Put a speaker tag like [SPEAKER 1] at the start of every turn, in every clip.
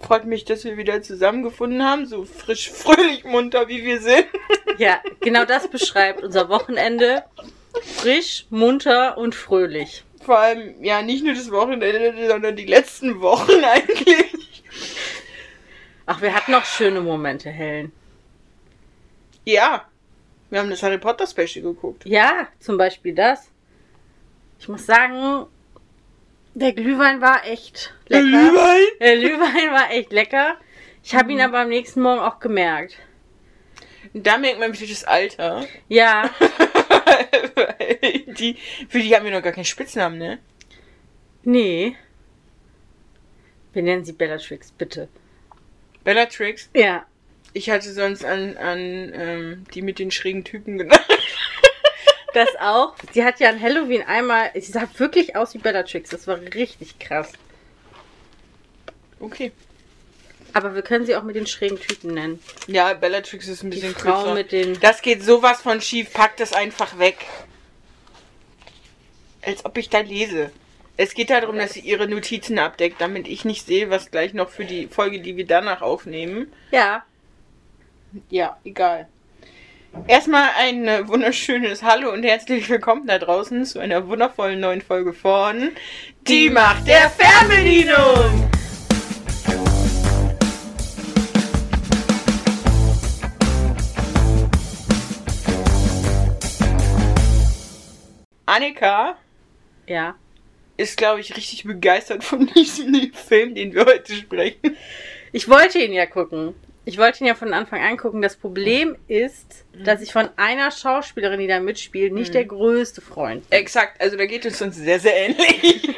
[SPEAKER 1] freut mich, dass wir wieder zusammengefunden haben, so frisch, fröhlich, munter, wie wir sind.
[SPEAKER 2] Ja, genau das beschreibt unser Wochenende. Frisch, munter und fröhlich.
[SPEAKER 1] Vor allem, ja, nicht nur das Wochenende, sondern die letzten Wochen eigentlich.
[SPEAKER 2] Ach, wir hatten auch schöne Momente, Helen.
[SPEAKER 1] Ja, wir haben das Harry Potter Special geguckt.
[SPEAKER 2] Ja, zum Beispiel das. Ich muss sagen, der Glühwein war echt
[SPEAKER 1] Der
[SPEAKER 2] lecker.
[SPEAKER 1] Glühwein? Mhm.
[SPEAKER 2] Der Glühwein war echt lecker. Ich habe ihn aber am nächsten Morgen auch gemerkt.
[SPEAKER 1] Da merkt man wirklich das Alter.
[SPEAKER 2] Ja,
[SPEAKER 1] die, für die haben wir noch gar keinen Spitznamen, ne?
[SPEAKER 2] nee. Wir nennen sie Bellatrix, bitte.
[SPEAKER 1] Bellatrix.
[SPEAKER 2] Ja.
[SPEAKER 1] Ich hatte sonst an, an ähm, die mit den schrägen Typen gedacht.
[SPEAKER 2] Das auch. Sie hat ja an Halloween einmal. Sie sah wirklich aus wie Bellatrix. Das war richtig krass.
[SPEAKER 1] Okay.
[SPEAKER 2] Aber wir können sie auch mit den schrägen Typen nennen.
[SPEAKER 1] Ja, Bellatrix ist ein
[SPEAKER 2] Die
[SPEAKER 1] bisschen
[SPEAKER 2] Frau
[SPEAKER 1] kürzer.
[SPEAKER 2] mit den.
[SPEAKER 1] Das geht sowas von schief, pack das einfach weg. Als ob ich da lese. Es geht darum, dass sie ihre Notizen abdeckt, damit ich nicht sehe, was gleich noch für die Folge, die wir danach aufnehmen.
[SPEAKER 2] Ja.
[SPEAKER 1] Ja, egal. Erstmal ein äh, wunderschönes Hallo und herzlich willkommen da draußen zu einer wundervollen neuen Folge von Die Macht der Fernbedienung! Annika
[SPEAKER 2] Ja.
[SPEAKER 1] ist, glaube ich, richtig begeistert von diesem Film, den wir heute sprechen.
[SPEAKER 2] Ich wollte ihn ja gucken. Ich wollte ihn ja von Anfang an gucken. Das Problem ist, dass ich von einer Schauspielerin, die da mitspielt, nicht
[SPEAKER 1] Mhm.
[SPEAKER 2] der größte Freund bin.
[SPEAKER 1] Exakt, also da geht es uns sehr, sehr ähnlich.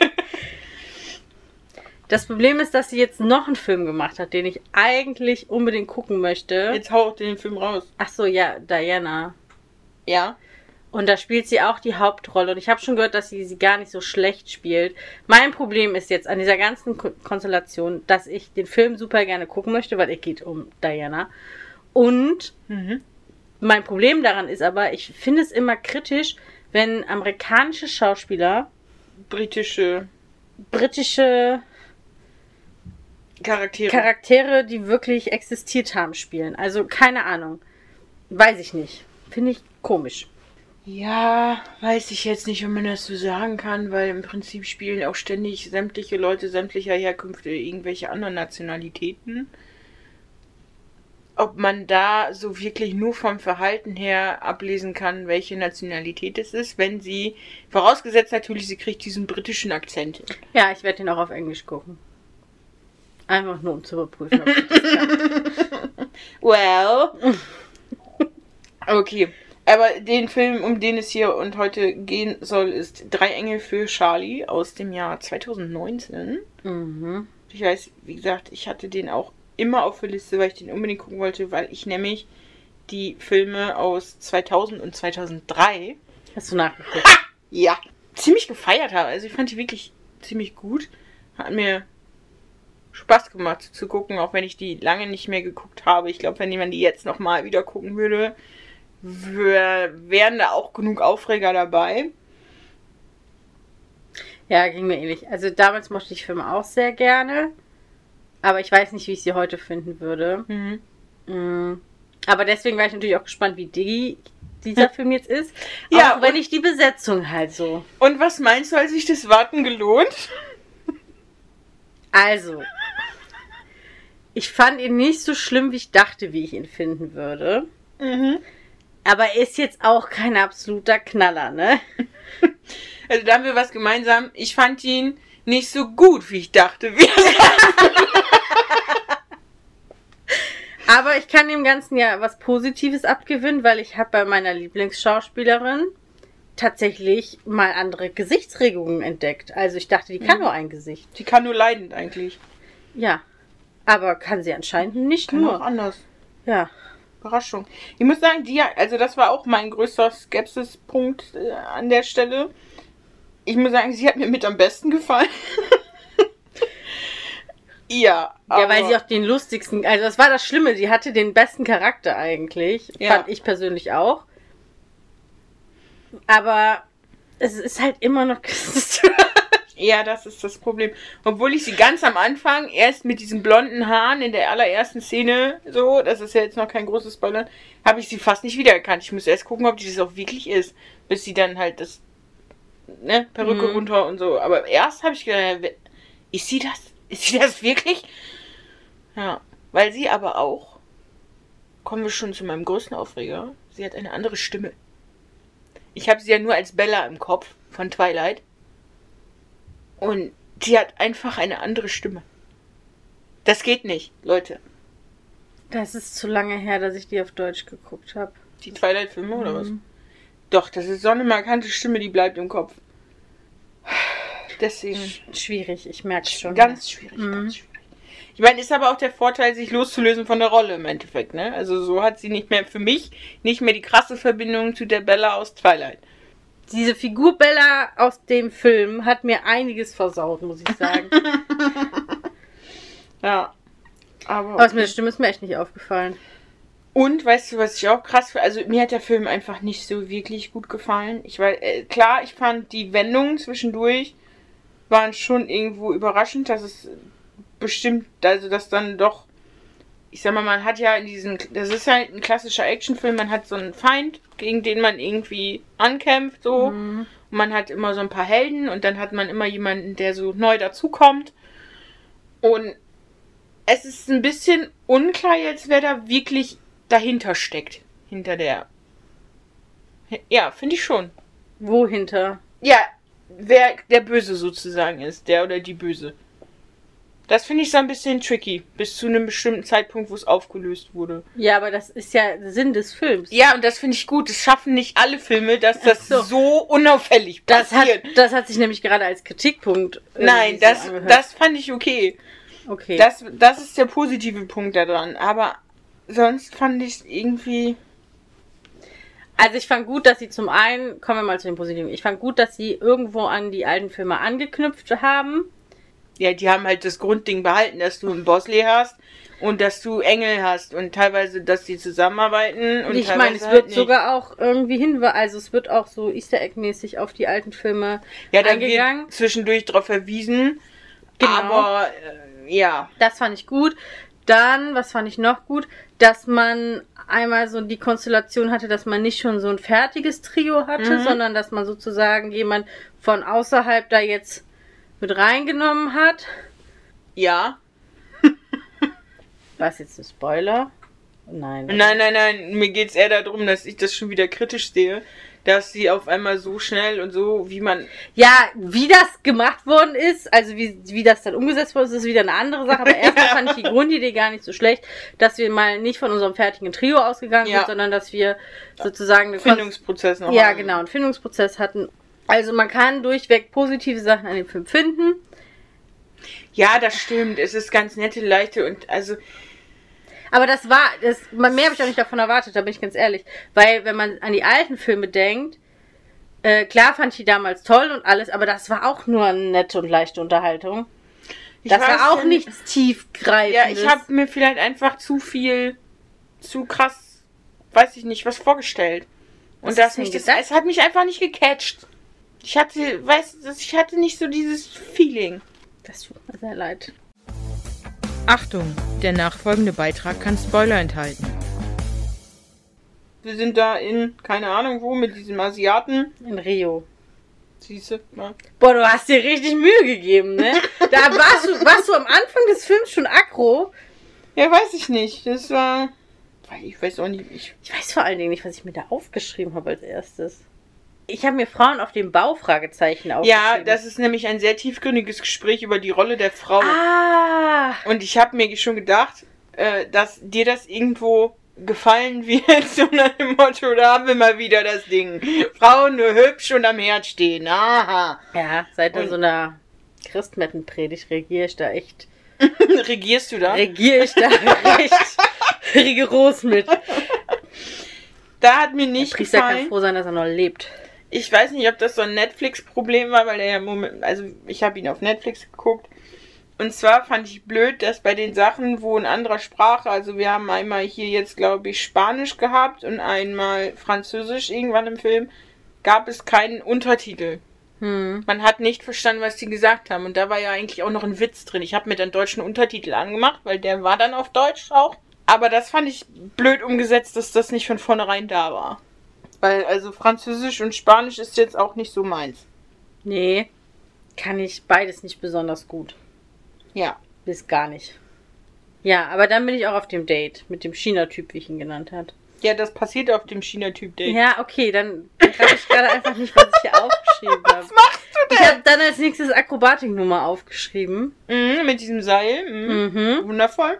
[SPEAKER 2] Das Problem ist, dass sie jetzt noch einen Film gemacht hat, den ich eigentlich unbedingt gucken möchte.
[SPEAKER 1] Jetzt hau den Film raus.
[SPEAKER 2] Ach so, ja, Diana.
[SPEAKER 1] Ja.
[SPEAKER 2] Und da spielt sie auch die Hauptrolle. Und ich habe schon gehört, dass sie sie gar nicht so schlecht spielt. Mein Problem ist jetzt an dieser ganzen Ko- Konstellation, dass ich den Film super gerne gucken möchte, weil es geht um Diana. Und
[SPEAKER 1] Mhm.
[SPEAKER 2] Mein Problem daran ist aber, ich finde es immer kritisch, wenn amerikanische Schauspieler
[SPEAKER 1] Britische
[SPEAKER 2] britische
[SPEAKER 1] Charaktere.
[SPEAKER 2] Charaktere, die wirklich existiert haben, spielen. Also keine Ahnung. Weiß ich nicht. Finde ich komisch.
[SPEAKER 1] ja, weiß ich jetzt nicht, ob man das so sagen kann, weil im Prinzip spielen auch ständig sämtliche Leute sämtlicher Herkünfte irgendwelche anderen Nationalitäten. Ob man da so wirklich nur vom Verhalten her ablesen kann, welche Nationalität es ist, wenn sie, vorausgesetzt natürlich, sie kriegt diesen britischen Akzent. hin.
[SPEAKER 2] Ja, ich werde den auch auf Englisch gucken. Einfach nur, um zu überprüfen. ob ich das kann.
[SPEAKER 1] Well. Okay. Aber den Film, um den es hier und heute gehen soll, ist Drei Engel für Charlie aus dem Jahr 2019.
[SPEAKER 2] mhm.
[SPEAKER 1] Ich weiß, wie gesagt, ich hatte den auch immer auf der Liste, weil ich den unbedingt gucken wollte, weil ich nämlich die Filme aus 2000 und 2003
[SPEAKER 2] Hast du nachgeguckt?
[SPEAKER 1] ja, ziemlich gefeiert habe. Also ich fand die wirklich ziemlich gut. Hat mir Spaß gemacht zu gucken, auch wenn ich die lange nicht mehr geguckt habe. Ich glaube, wenn jemand die jetzt nochmal wieder gucken würde, wär, wären da auch genug Aufreger dabei.
[SPEAKER 2] Ja, ging mir ähnlich. Also damals mochte ich Filme auch sehr gerne. Aber ich weiß nicht, wie ich sie heute finden würde.
[SPEAKER 1] Mhm.
[SPEAKER 2] Mm. Aber deswegen war ich natürlich auch gespannt, wie Diggi dieser Film jetzt ist.
[SPEAKER 1] Ja,
[SPEAKER 2] Ja, auch wenn ich die Besetzung halt so.
[SPEAKER 1] Und was meinst du, hat sich das Warten gelohnt?
[SPEAKER 2] Also, ich fand ihn nicht so schlimm, wie ich dachte, wie ich ihn finden würde.
[SPEAKER 1] Mhm.
[SPEAKER 2] Aber er ist jetzt auch kein absoluter Knaller, ne?
[SPEAKER 1] Also da haben wir was gemeinsam. Ich fand ihn nicht so gut, wie ich dachte. Wie
[SPEAKER 2] Aber ich kann dem Ganzen ja was Positives abgewinnen, weil ich habe bei meiner Lieblingsschauspielerin tatsächlich mal andere Gesichtsregungen entdeckt. Also ich dachte, die kann
[SPEAKER 1] Mhm.
[SPEAKER 2] nur ein Gesicht.
[SPEAKER 1] die kann nur leidend eigentlich.
[SPEAKER 2] Ja. Aber kann sie anscheinend nicht
[SPEAKER 1] Kann auch
[SPEAKER 2] nur.
[SPEAKER 1] anders.
[SPEAKER 2] Ja.
[SPEAKER 1] Überraschung. Ich muss sagen, die, also das war auch mein größter Skepsispunkt äh, an der Stelle. Ich muss sagen, sie hat mir mit am besten gefallen. ja,
[SPEAKER 2] Ja, weil sie auch den lustigsten, also das war das Schlimme, sie hatte den besten Charakter eigentlich,
[SPEAKER 1] Ja.
[SPEAKER 2] fand ich persönlich auch. Aber es ist halt immer noch Kristen Stewart.
[SPEAKER 1] Ja, das ist das Problem. Obwohl ich sie ganz am Anfang erst mit diesen blonden Haaren in der allerersten Szene, so, das ist ja jetzt noch kein großes Spoiler, habe ich sie fast nicht wiedererkannt. Ich muss erst gucken, ob die das auch wirklich ist, bis sie dann halt das, ne, Perücke
[SPEAKER 2] Mhm.
[SPEAKER 1] runter und so. Aber erst habe ich gedacht, ja, we- ist sie das? Ist sie das wirklich? Ja, weil sie aber auch, kommen wir schon zu meinem größten Aufreger, sie hat eine andere Stimme. Ich habe sie ja nur als Bella im Kopf von Twilight. Und die hat einfach eine andere Stimme. Das geht nicht, Leute.
[SPEAKER 2] Das ist zu lange her, dass ich die auf Deutsch geguckt Mhm. habe.
[SPEAKER 1] Die Twilight-Filme oder was? Mhm. Doch, das ist so eine markante Stimme, die bleibt im Kopf. Deswegen
[SPEAKER 2] Schwierig, ich merke schon.
[SPEAKER 1] ganz schwierig,
[SPEAKER 2] Mhm.
[SPEAKER 1] ganz schwierig. Ich meine, ist aber auch der Vorteil, sich loszulösen von der Rolle im Endeffekt, ne? Also so hat sie nicht mehr für mich nicht mehr die krasse Verbindung zu der Bella aus Twilight.
[SPEAKER 2] Diese Figur Bella aus dem Film hat mir einiges versaut, muss ich sagen.
[SPEAKER 1] Ja. Aber
[SPEAKER 2] Aber das mit der Stimme ist mir echt nicht aufgefallen.
[SPEAKER 1] Und weißt du, was ich auch krass finde? Also mir hat der Film einfach nicht so wirklich gut gefallen. Ich war äh, klar, ich fand die Wendungen zwischendurch waren schon irgendwo überraschend, dass es bestimmt, also dass dann doch, ich sag mal, man hat ja in diesen, das ist halt ein klassischer Actionfilm, man hat so einen Feind, gegen den man irgendwie ankämpft, so.
[SPEAKER 2] Mhm.
[SPEAKER 1] Und man hat immer so ein paar Helden und dann hat man immer jemanden, der so neu dazukommt. Und es ist ein bisschen unklar jetzt, wer da wirklich dahinter steckt. Hinter der. Ja, finde ich schon.
[SPEAKER 2] Wo hinter?
[SPEAKER 1] Ja, wer der Böse sozusagen ist, der oder die Böse. Das finde ich so ein bisschen tricky, bis zu einem bestimmten Zeitpunkt, wo es aufgelöst wurde.
[SPEAKER 2] Ja, aber das ist ja Sinn des Films.
[SPEAKER 1] Ja, und das finde ich gut. Das schaffen nicht alle Filme, dass das
[SPEAKER 2] Ach so.
[SPEAKER 1] so. unauffällig
[SPEAKER 2] Das hat,
[SPEAKER 1] passiert.
[SPEAKER 2] das hat sich nämlich gerade als Kritikpunkt. irgendwie
[SPEAKER 1] Nein,
[SPEAKER 2] so
[SPEAKER 1] das,
[SPEAKER 2] angehört.
[SPEAKER 1] das fand ich okay.
[SPEAKER 2] Okay.
[SPEAKER 1] Das, das ist der positive Punkt daran. Aber sonst fand ich es irgendwie.
[SPEAKER 2] also ich fand gut, dass sie zum einen, kommen wir mal zu den Positiven, ich fand gut, dass sie irgendwo an die alten Filme angeknüpft haben.
[SPEAKER 1] Ja, die haben halt das Grundding behalten, dass du einen Bosley hast und dass du Engel hast und teilweise, dass die zusammenarbeiten. Und
[SPEAKER 2] Und ich
[SPEAKER 1] teilweise
[SPEAKER 2] meine, es
[SPEAKER 1] halt
[SPEAKER 2] wird
[SPEAKER 1] nicht.
[SPEAKER 2] sogar auch irgendwie hin, also es wird auch so Easter Egg-mäßig auf die alten Filme
[SPEAKER 1] ja, da
[SPEAKER 2] eingegangen.
[SPEAKER 1] wird zwischendurch drauf verwiesen.
[SPEAKER 2] Genau.
[SPEAKER 1] Aber äh, ja,
[SPEAKER 2] Das fand ich gut. Dann, was fand ich noch gut, dass man einmal so die Konstellation hatte, dass man nicht schon so ein fertiges Trio hatte,
[SPEAKER 1] Mhm.
[SPEAKER 2] sondern dass man sozusagen jemand von außerhalb da jetzt mit reingenommen hat.
[SPEAKER 1] ja.
[SPEAKER 2] War es jetzt ein Spoiler? Nein.
[SPEAKER 1] Nein, nein, nein. Mir geht's eher darum, dass ich das schon wieder kritisch sehe, dass sie auf einmal so schnell und so, wie man
[SPEAKER 2] Ja, wie das gemacht worden ist, also wie, wie das dann umgesetzt worden ist, ist wieder eine andere Sache. Aber erstmal
[SPEAKER 1] Ja.
[SPEAKER 2] fand ich die Grundidee gar nicht so schlecht, dass wir mal nicht von unserem fertigen Trio ausgegangen
[SPEAKER 1] Ja.
[SPEAKER 2] sind, sondern dass wir sozusagen eine Konst-
[SPEAKER 1] Findungsprozess noch
[SPEAKER 2] Ja,
[SPEAKER 1] haben.
[SPEAKER 2] genau, einen Findungsprozess hatten. Also man kann durchweg positive Sachen an dem Film finden.
[SPEAKER 1] Ja, das stimmt. Es ist ganz nette, leichte und also
[SPEAKER 2] Aber das war, das, mehr habe ich auch nicht davon erwartet, da bin ich ganz ehrlich. Weil wenn man an die alten Filme denkt, äh, klar fand ich die damals toll und alles, aber das war auch nur eine nette und leichte Unterhaltung.
[SPEAKER 1] ich
[SPEAKER 2] das
[SPEAKER 1] weiß
[SPEAKER 2] war auch
[SPEAKER 1] ja
[SPEAKER 2] nichts
[SPEAKER 1] Ja,
[SPEAKER 2] tiefgreifendes.
[SPEAKER 1] ich habe mir vielleicht einfach zu viel, zu krass, weiß ich nicht, was vorgestellt. Und
[SPEAKER 2] Was
[SPEAKER 1] das
[SPEAKER 2] hast du
[SPEAKER 1] nicht,
[SPEAKER 2] denn
[SPEAKER 1] das,
[SPEAKER 2] gedacht?
[SPEAKER 1] es hat mich einfach nicht gecatcht. Ich hatte, weiß, das- ich hatte nicht so dieses Feeling.
[SPEAKER 2] Das tut mir sehr leid.
[SPEAKER 3] Achtung, der nachfolgende Beitrag kann Spoiler enthalten.
[SPEAKER 1] Wir sind da in, keine Ahnung wo, mit diesem Asiaten.
[SPEAKER 2] In Rio.
[SPEAKER 1] Siehst du? Ja.
[SPEAKER 2] Boah, du hast dir richtig Mühe gegeben, ne? Da warst du, warst du am Anfang des Films schon aggro.
[SPEAKER 1] ja, weiß ich nicht. Das war. weil Ich weiß auch nicht. Ich,
[SPEAKER 2] Ich weiß vor allen Dingen nicht, was ich mir da aufgeschrieben habe als erstes. Ich habe mir Frauen auf dem Bau Fragezeichen aufgeschrieben.
[SPEAKER 1] ja, das ist nämlich ein sehr tiefgründiges Gespräch über die Rolle der Frau.
[SPEAKER 2] Ah!
[SPEAKER 1] Und ich habe mir schon gedacht, äh, dass dir das irgendwo gefallen wird, so nach dem Motto, da haben wir mal wieder das Ding. Frauen nur hübsch und am Herd stehen. Aha.
[SPEAKER 2] Ja, seit in
[SPEAKER 1] Und-
[SPEAKER 2] so einer Christmettenpredigt regiere ich da echt.
[SPEAKER 1] Regierst du da?
[SPEAKER 2] Regiere ich da echt rigoros mit.
[SPEAKER 1] Da hat mir
[SPEAKER 2] Ich
[SPEAKER 1] nicht
[SPEAKER 2] Priester kann
[SPEAKER 1] gefallen.
[SPEAKER 2] froh sein, dass er noch lebt.
[SPEAKER 1] Ich weiß nicht, ob das so ein Netflix-Problem war, weil er ja im Moment, also ich habe ihn auf Netflix geguckt. Und zwar fand ich blöd, dass bei den Sachen, wo in anderer Sprache, also wir haben einmal hier jetzt, glaube ich, Spanisch gehabt und einmal Französisch irgendwann im Film, gab es keinen Untertitel.
[SPEAKER 2] Hm.
[SPEAKER 1] Man hat nicht verstanden, was die gesagt haben. Und da war ja eigentlich auch noch ein Witz drin. Ich habe mir dann deutschen Untertitel angemacht, weil der war dann auf Deutsch auch. Aber das fand ich blöd umgesetzt, dass das nicht von vornherein da war. Weil also Französisch und Spanisch ist jetzt auch nicht so meins.
[SPEAKER 2] Nee, kann ich beides nicht besonders gut.
[SPEAKER 1] Ja.
[SPEAKER 2] Bis gar nicht. Ja, aber dann bin ich auch auf dem Date mit dem China-Typ, wie ich ihn genannt hat.
[SPEAKER 1] Ja, das passiert auf dem China-Typ-Date.
[SPEAKER 2] Ja, okay, dann glaube ich gerade einfach nicht, was ich hier aufgeschrieben habe.
[SPEAKER 1] Was machst du
[SPEAKER 2] Ich
[SPEAKER 1] denn?
[SPEAKER 2] habe dann als nächstes Akrobatiknummer aufgeschrieben.
[SPEAKER 1] Mhm, mit diesem Seil. Mhm.
[SPEAKER 2] Mhm.
[SPEAKER 1] Wundervoll.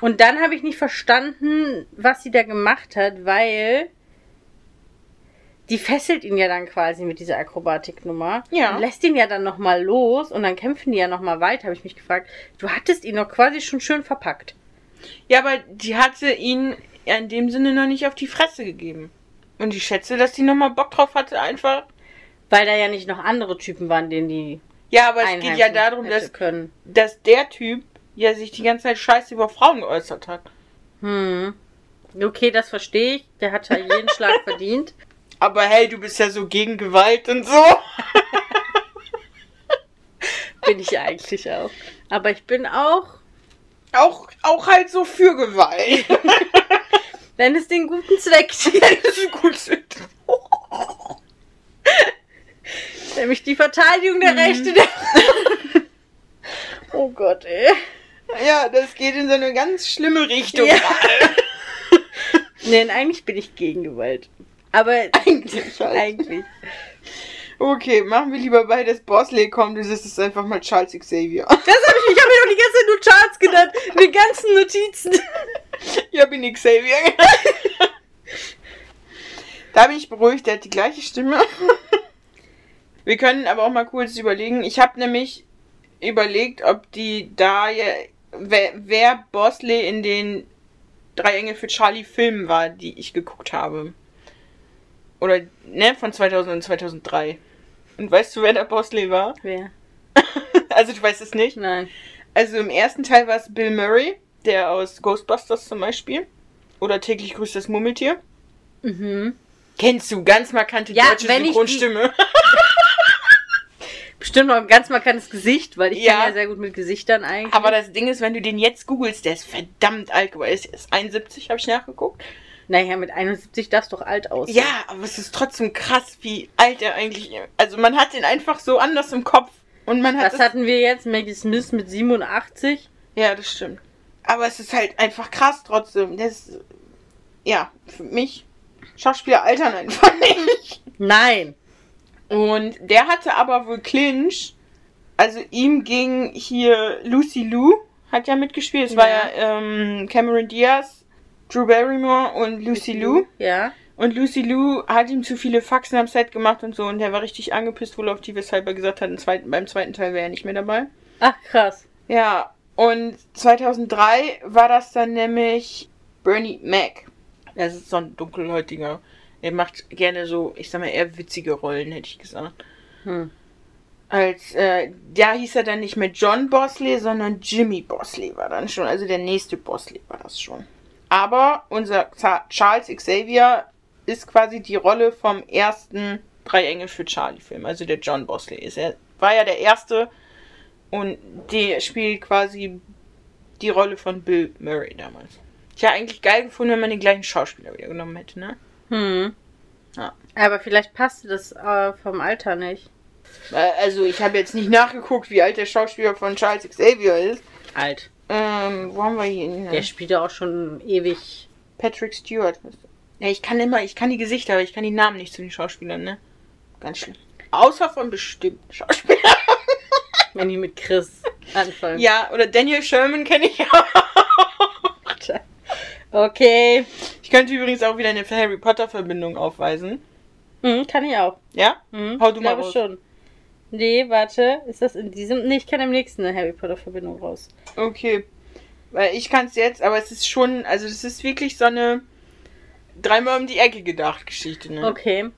[SPEAKER 2] Und dann habe ich nicht verstanden, was sie da gemacht hat, weil die fesselt ihn ja dann quasi mit dieser Akrobatiknummer.
[SPEAKER 1] Ja.
[SPEAKER 2] Und lässt ihn ja dann nochmal los und dann kämpfen die ja nochmal weiter, habe ich mich gefragt. Du hattest ihn doch quasi schon schön verpackt.
[SPEAKER 1] Ja, aber die hatte ihn ja in dem Sinne noch nicht auf die Fresse gegeben. Und ich schätze, dass die nochmal Bock drauf hatte, einfach.
[SPEAKER 2] Weil da ja nicht noch andere Typen waren, denen die.
[SPEAKER 1] Ja, aber es geht
[SPEAKER 2] einheimsen
[SPEAKER 1] ja darum,
[SPEAKER 2] hätte
[SPEAKER 1] dass,
[SPEAKER 2] Können.
[SPEAKER 1] dass der Typ ja sich die ganze Zeit scheiße über Frauen geäußert hat.
[SPEAKER 2] Hm. Okay, das verstehe ich. Der hat ja jeden Schlag verdient.
[SPEAKER 1] Aber hey, du bist ja so gegen Gewalt und so.
[SPEAKER 2] Bin ich eigentlich auch. Aber ich bin auch,
[SPEAKER 1] Auch, auch halt so für Gewalt.
[SPEAKER 2] wenn es den guten Zweck dient,
[SPEAKER 1] Das ist gut.
[SPEAKER 2] nämlich die Verteidigung der Rechte der. Mhm. oh Gott, ey.
[SPEAKER 1] Ja, das geht in so eine ganz schlimme Richtung.
[SPEAKER 2] Ja. Nein, eigentlich bin ich gegen Gewalt. Aber
[SPEAKER 1] Eigentlich halt.
[SPEAKER 2] eigentlich.
[SPEAKER 1] Okay, machen wir lieber bei, dass Bosley kommt. Das ist einfach mal Charles Xavier.
[SPEAKER 2] Das habe ich, ich habe mir doch die ganze Zeit nur Charts genannt. In den ganzen Notizen.
[SPEAKER 1] Ich hab ihn Xavier genannt. Da bin ich beruhigt, der hat die gleiche Stimme. Wir können aber auch mal kurz überlegen. Ich habe nämlich überlegt, ob die da wer, wer Bosley in den Drei Engel für Charlie Filmen war, die ich geguckt habe. Oder ne, von 2000 und 2003. Und weißt du, wer der Bosley war?
[SPEAKER 2] Wer?
[SPEAKER 1] Also du weißt es nicht.
[SPEAKER 2] Nein.
[SPEAKER 1] Also im ersten Teil war es Bill Murray, der aus Ghostbusters zum Beispiel. Oder täglich grüßt das Murmeltier.
[SPEAKER 2] Mhm.
[SPEAKER 1] Kennst du, ganz markante
[SPEAKER 2] Ja,
[SPEAKER 1] deutsche
[SPEAKER 2] wenn ich die-
[SPEAKER 1] Synchronstimme.
[SPEAKER 2] Bestimmt noch ein ganz markantes Gesicht, weil ich
[SPEAKER 1] Ja.
[SPEAKER 2] kann ja sehr gut mit Gesichtern eigentlich.
[SPEAKER 1] Aber das Ding ist, wenn du den jetzt googelst, der ist verdammt alt geworden. Er ist 71, habe ich nachgeguckt.
[SPEAKER 2] Naja, mit 71 darfst du doch alt aussehen.
[SPEAKER 1] Ja, aber es ist trotzdem krass, wie alt er eigentlich ist. Also man hat ihn einfach so anders im Kopf. Und man hat
[SPEAKER 2] Was hatten wir jetzt? Maggie Smith mit 87?
[SPEAKER 1] Ja, das stimmt. Aber es ist halt einfach krass trotzdem. Das ist, ja, für mich, Schauspieler altern einfach nicht.
[SPEAKER 2] Nein.
[SPEAKER 1] Und der hatte aber wohl Clinch. Also ihm ging hier Lucy Lou, hat ja mitgespielt. Es war ja ähm, Cameron Diaz, Drew Barrymore und Lucy Lou.
[SPEAKER 2] Ja.
[SPEAKER 1] Und Lucy Lou hat ihm zu viele Faxen am Set gemacht und so. Und der war richtig angepisst, wohl auf die, weshalb er gesagt hat, im zweiten, beim zweiten Teil wäre er nicht mehr dabei.
[SPEAKER 2] Ach, krass.
[SPEAKER 1] Ja, und 2003 war das dann nämlich Bernie Mac. Das ist so ein dunkelhäutiger. Er macht gerne so, ich sag mal, eher witzige Rollen, hätte ich gesagt.
[SPEAKER 2] Hm.
[SPEAKER 1] Als, äh, da hieß er dann nicht mehr John Bosley, sondern Jimmy Bosley war dann schon. Also der nächste Bosley war das schon. Aber unser Za- Charles Xavier ist quasi die Rolle vom ersten Drei Engel für Charlie-Film. Also der John Bosley ist. Er war ja der erste und der spielt quasi die Rolle von Bill Murray damals. Ich hätte eigentlich geil gefunden, wenn man den gleichen Schauspieler wieder genommen hätte, ne?
[SPEAKER 2] Hm.
[SPEAKER 1] Ja.
[SPEAKER 2] Aber vielleicht passte das äh, vom Alter nicht.
[SPEAKER 1] Äh, Also ich habe jetzt nicht nachgeguckt, wie alt der Schauspieler von Charles Xavier ist.
[SPEAKER 2] Alt.
[SPEAKER 1] Ähm, wo haben wir hier? ihn?
[SPEAKER 2] Der spielt ja auch schon ewig.
[SPEAKER 1] Patrick Stewart. Ja, ich kann immer, ich kann die Gesichter, aber ich kann die Namen nicht zu den Schauspielern, ne? Ganz schlimm. Außer von bestimmten Schauspielern.
[SPEAKER 2] Wenn die mit Chris anfangen.
[SPEAKER 1] Ja, oder Daniel Sherman kenne ich auch.
[SPEAKER 2] Okay.
[SPEAKER 1] Ich könnte übrigens auch wieder eine Harry Potter Verbindung aufweisen.
[SPEAKER 2] Hm, kann ich auch.
[SPEAKER 1] Ja?
[SPEAKER 2] Hm,
[SPEAKER 1] Hau du mal
[SPEAKER 2] glaube
[SPEAKER 1] raus.
[SPEAKER 2] schon. Nee, warte. Ist das in diesem? Nee, ich kann im nächsten eine Harry Potter Verbindung raus.
[SPEAKER 1] Okay. Weil ich kann es jetzt, aber es ist schon, also das ist wirklich so eine dreimal um die Ecke gedacht Geschichte, ne?
[SPEAKER 2] Okay.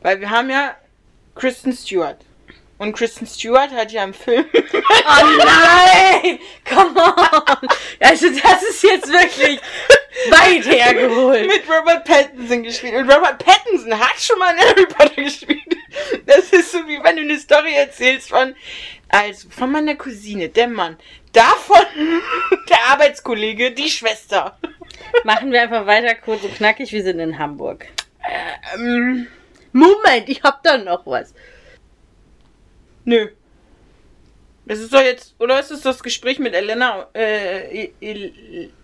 [SPEAKER 1] Weil wir haben ja Kristen Stewart. Und Kristen Stewart hat ja im Film
[SPEAKER 2] Oh nein! Come on! Also das ist jetzt wirklich. weit hergeholt.
[SPEAKER 1] Mit Robert Pattinson gespielt. Und Robert Pattinson hat schon mal einen Harry Potter gespielt. Das ist so wie wenn du eine Story erzählst von, also von meiner Cousine, der Mann, davon der Arbeitskollege, die Schwester.
[SPEAKER 2] Machen wir einfach weiter, kurz und knackig. Wir sind in Hamburg.
[SPEAKER 1] Ähm,
[SPEAKER 2] Moment, ich hab da noch was.
[SPEAKER 1] nö. Das ist doch jetzt, oder ist es das Gespräch mit Elena, äh, E- E-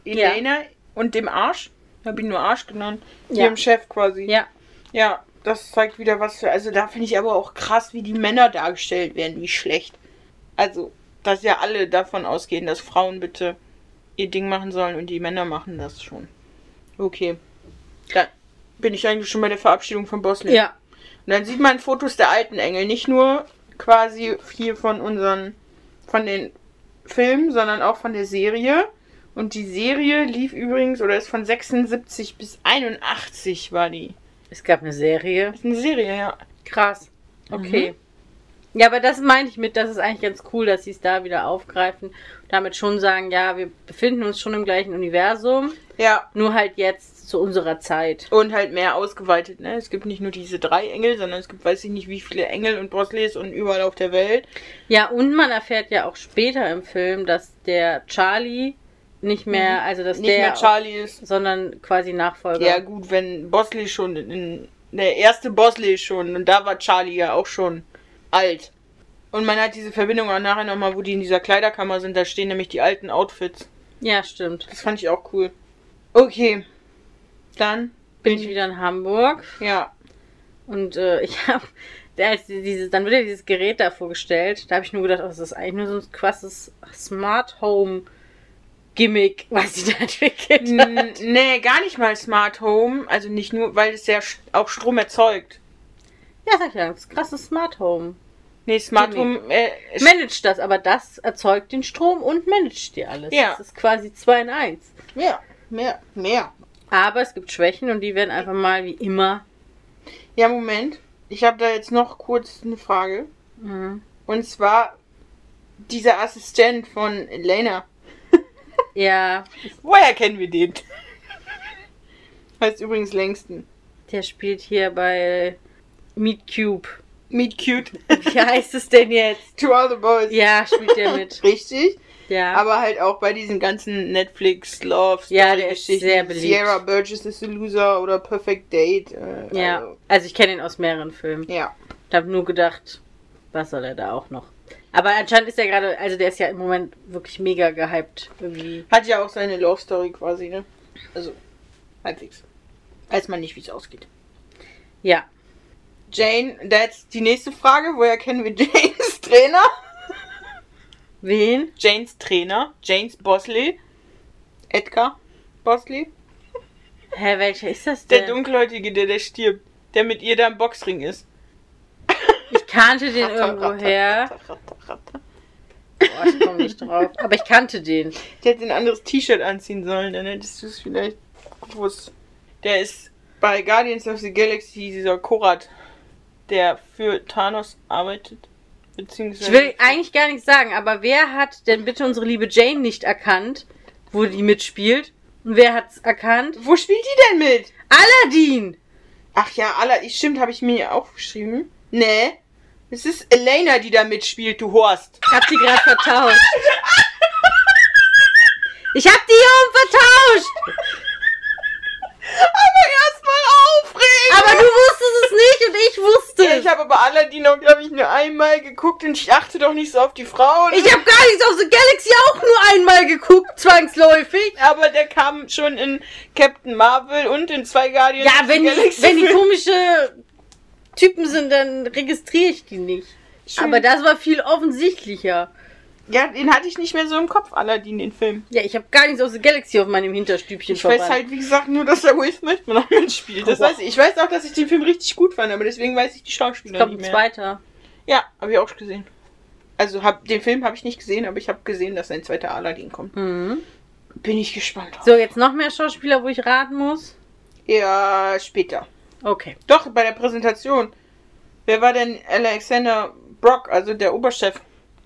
[SPEAKER 2] Ja.
[SPEAKER 1] Elena und dem Arsch? Hab ihn nur Arsch genannt.
[SPEAKER 2] Ja.
[SPEAKER 1] Ihrem Chef quasi.
[SPEAKER 2] Ja.
[SPEAKER 1] Ja, das zeigt wieder was für. Also da finde ich aber auch krass, wie die Männer dargestellt werden, wie schlecht. Also, dass ja alle davon ausgehen, dass Frauen bitte ihr Ding machen sollen und die Männer machen das schon. Okay. Dann bin ich eigentlich schon bei der Verabschiedung von Bosley.
[SPEAKER 2] Ja.
[SPEAKER 1] Und dann sieht man Fotos der alten Engel. Nicht nur quasi hier von unseren, von den Filmen, sondern auch von der Serie. Und die Serie lief übrigens, oder ist von 76 bis 81 war die.
[SPEAKER 2] Es gab eine Serie.
[SPEAKER 1] Das ist eine Serie, ja.
[SPEAKER 2] Krass. Mhm. Okay. Ja, aber das meine ich mit, das ist eigentlich ganz cool, dass sie es da wieder aufgreifen. Damit schon sagen, ja, wir befinden uns schon im gleichen Universum,
[SPEAKER 1] Ja.
[SPEAKER 2] nur halt jetzt zu unserer Zeit.
[SPEAKER 1] Und halt mehr ausgeweitet, ne? Es gibt nicht nur diese drei Engel, sondern es gibt weiß ich nicht wie viele Engel und Bosleys und überall auf der Welt.
[SPEAKER 2] Ja, und man erfährt ja auch später im Film, dass der Charlie nicht mehr, also dass
[SPEAKER 1] Mhm. nicht
[SPEAKER 2] der,
[SPEAKER 1] mehr Charlie ist.
[SPEAKER 2] sondern quasi Nachfolger.
[SPEAKER 1] Ja gut, wenn Bosley schon in, der erste Bosley schon und da war Charlie ja auch schon alt. Und man hat diese Verbindung auch nachher nochmal, wo die in dieser Kleiderkammer sind, da stehen nämlich die alten Outfits.
[SPEAKER 2] ja, stimmt.
[SPEAKER 1] Das fand ich auch cool. Okay. Dann,
[SPEAKER 2] Bin
[SPEAKER 1] Mhm.
[SPEAKER 2] ich wieder in Hamburg.
[SPEAKER 1] ja.
[SPEAKER 2] Und äh, ich habe, dieses, dann wird ja dieses Gerät da vorgestellt. Da habe ich nur gedacht, oh, das ist eigentlich nur so ein krasses Smart Home Gimmick, was sie da entwickelt hat.
[SPEAKER 1] N- nee, gar nicht mal Smart Home. Also nicht nur, weil es ja sch- auch Strom erzeugt.
[SPEAKER 2] Ja, sag ich ja, das ist ein krasses Smart Home.
[SPEAKER 1] Nee, Smart
[SPEAKER 2] Nee,
[SPEAKER 1] Home. Äh, ist-
[SPEAKER 2] Managt das, aber das erzeugt den Strom und managt dir alles.
[SPEAKER 1] Ja.
[SPEAKER 2] Das ist quasi zwei in eins.
[SPEAKER 1] mehr, mehr, mehr.
[SPEAKER 2] Aber es gibt Schwächen und die werden einfach mal wie immer.
[SPEAKER 1] Ja, Moment. Ich habe da jetzt noch kurz eine Frage.
[SPEAKER 2] Mhm.
[SPEAKER 1] Und zwar dieser Assistent von Elena.
[SPEAKER 2] Ja,
[SPEAKER 1] Woher kennen wir den? heißt übrigens längsten.
[SPEAKER 2] der spielt hier bei Meet Cube.
[SPEAKER 1] Meet cute
[SPEAKER 2] Wie heißt es denn jetzt?
[SPEAKER 1] to all the boys.
[SPEAKER 2] Ja, spielt der mit.
[SPEAKER 1] Richtig.
[SPEAKER 2] Ja.
[SPEAKER 1] Aber halt auch bei diesen ganzen Netflix, Love,
[SPEAKER 2] Ja, der ist
[SPEAKER 1] Story-Geschichten.
[SPEAKER 2] sehr beliebt.
[SPEAKER 1] Sierra Burgess is a Loser oder Perfect Date. Äh,
[SPEAKER 2] Ja,
[SPEAKER 1] Also,
[SPEAKER 2] also ich kenne ihn aus mehreren Filmen.
[SPEAKER 1] ja.
[SPEAKER 2] Ich habe nur gedacht, was soll er da auch noch? Aber anscheinend ist er gerade, also der ist ja im Moment wirklich mega gehypt. Irgendwie.
[SPEAKER 1] Hat ja auch seine Love Story quasi, ne? Also, halbwegs. Weiß man nicht, wie es ausgeht.
[SPEAKER 2] Ja.
[SPEAKER 1] Jane, da jetzt die nächste Frage. Woher kennen wir Janes Trainer?
[SPEAKER 2] Wen?
[SPEAKER 1] Janes Trainer, James Bosley, Edgar Bosley.
[SPEAKER 2] Hä, welcher ist das
[SPEAKER 1] Der
[SPEAKER 2] denn?
[SPEAKER 1] Dunkelhäutige, der, der stirbt. Der mit ihr da im Boxring ist.
[SPEAKER 2] Ich kannte den irgendwo her. Boah, Oh, ich komme nicht drauf. Aber ich kannte den.
[SPEAKER 1] Der hätte ein anderes T-Shirt anziehen sollen, dann hättest du es vielleicht gewusst. Der ist bei Guardians of the Galaxy, dieser Korat, der für Thanos arbeitet. Beziehungsweise.
[SPEAKER 2] Ich will eigentlich gar nichts sagen, aber wer hat denn bitte unsere liebe Jane nicht erkannt, wo die mitspielt? Und wer hat's erkannt?
[SPEAKER 1] Wo spielt die denn mit?
[SPEAKER 2] Aladdin!
[SPEAKER 1] Ach ja, aller, ich- stimmt, habe ich mir ja auch geschrieben. Nee. Es ist Elena, die da mitspielt, du Horst.
[SPEAKER 2] Ich hab die gerade vertauscht. Ich hab die hier oben vertauscht!
[SPEAKER 1] Erstmal aufregen!
[SPEAKER 2] Aber du wusstest es nicht und ich wusste
[SPEAKER 1] Ja,
[SPEAKER 2] es.
[SPEAKER 1] ich habe aber Aladdin auch, glaube ich, nur einmal geguckt und ich achte doch nicht so auf die Frauen.
[SPEAKER 2] Ich habe gar nichts auf The Galaxy auch nur einmal geguckt, zwangsläufig.
[SPEAKER 1] aber der kam schon in Captain Marvel und in zwei Guardians.
[SPEAKER 2] Ja, wenn die,
[SPEAKER 1] Galaxy
[SPEAKER 2] wenn die
[SPEAKER 1] Filmen.
[SPEAKER 2] komische Typen sind, dann registriere ich die nicht.
[SPEAKER 1] Schön.
[SPEAKER 2] Aber das war viel offensichtlicher.
[SPEAKER 1] Ja, den hatte ich nicht mehr so im Kopf, Aladdin, den Film.
[SPEAKER 2] Ja, ich habe gar nichts aus The Galaxy auf meinem Hinterstübchen
[SPEAKER 1] Ich weiß halt, wie gesagt, nur, dass der Will Smith noch mitspielt. Das
[SPEAKER 2] Boah.
[SPEAKER 1] weiß ich. Ich weiß auch, dass ich den Film richtig gut fand, aber deswegen weiß ich die Schauspieler
[SPEAKER 2] Kommt
[SPEAKER 1] nicht
[SPEAKER 2] ein
[SPEAKER 1] mehr.
[SPEAKER 2] zweiter.
[SPEAKER 1] Ja, habe ich auch gesehen. Also hab, den Film habe ich nicht gesehen, aber ich habe gesehen, dass ein zweiter Aladdin kommt.
[SPEAKER 2] Mhm.
[SPEAKER 1] Bin ich gespannt.
[SPEAKER 2] So, jetzt noch mehr Schauspieler, wo ich raten muss.
[SPEAKER 1] Ja, später.
[SPEAKER 2] Okay.
[SPEAKER 1] Doch, bei der Präsentation. Wer war denn Alexander Brock, also der Oberchef?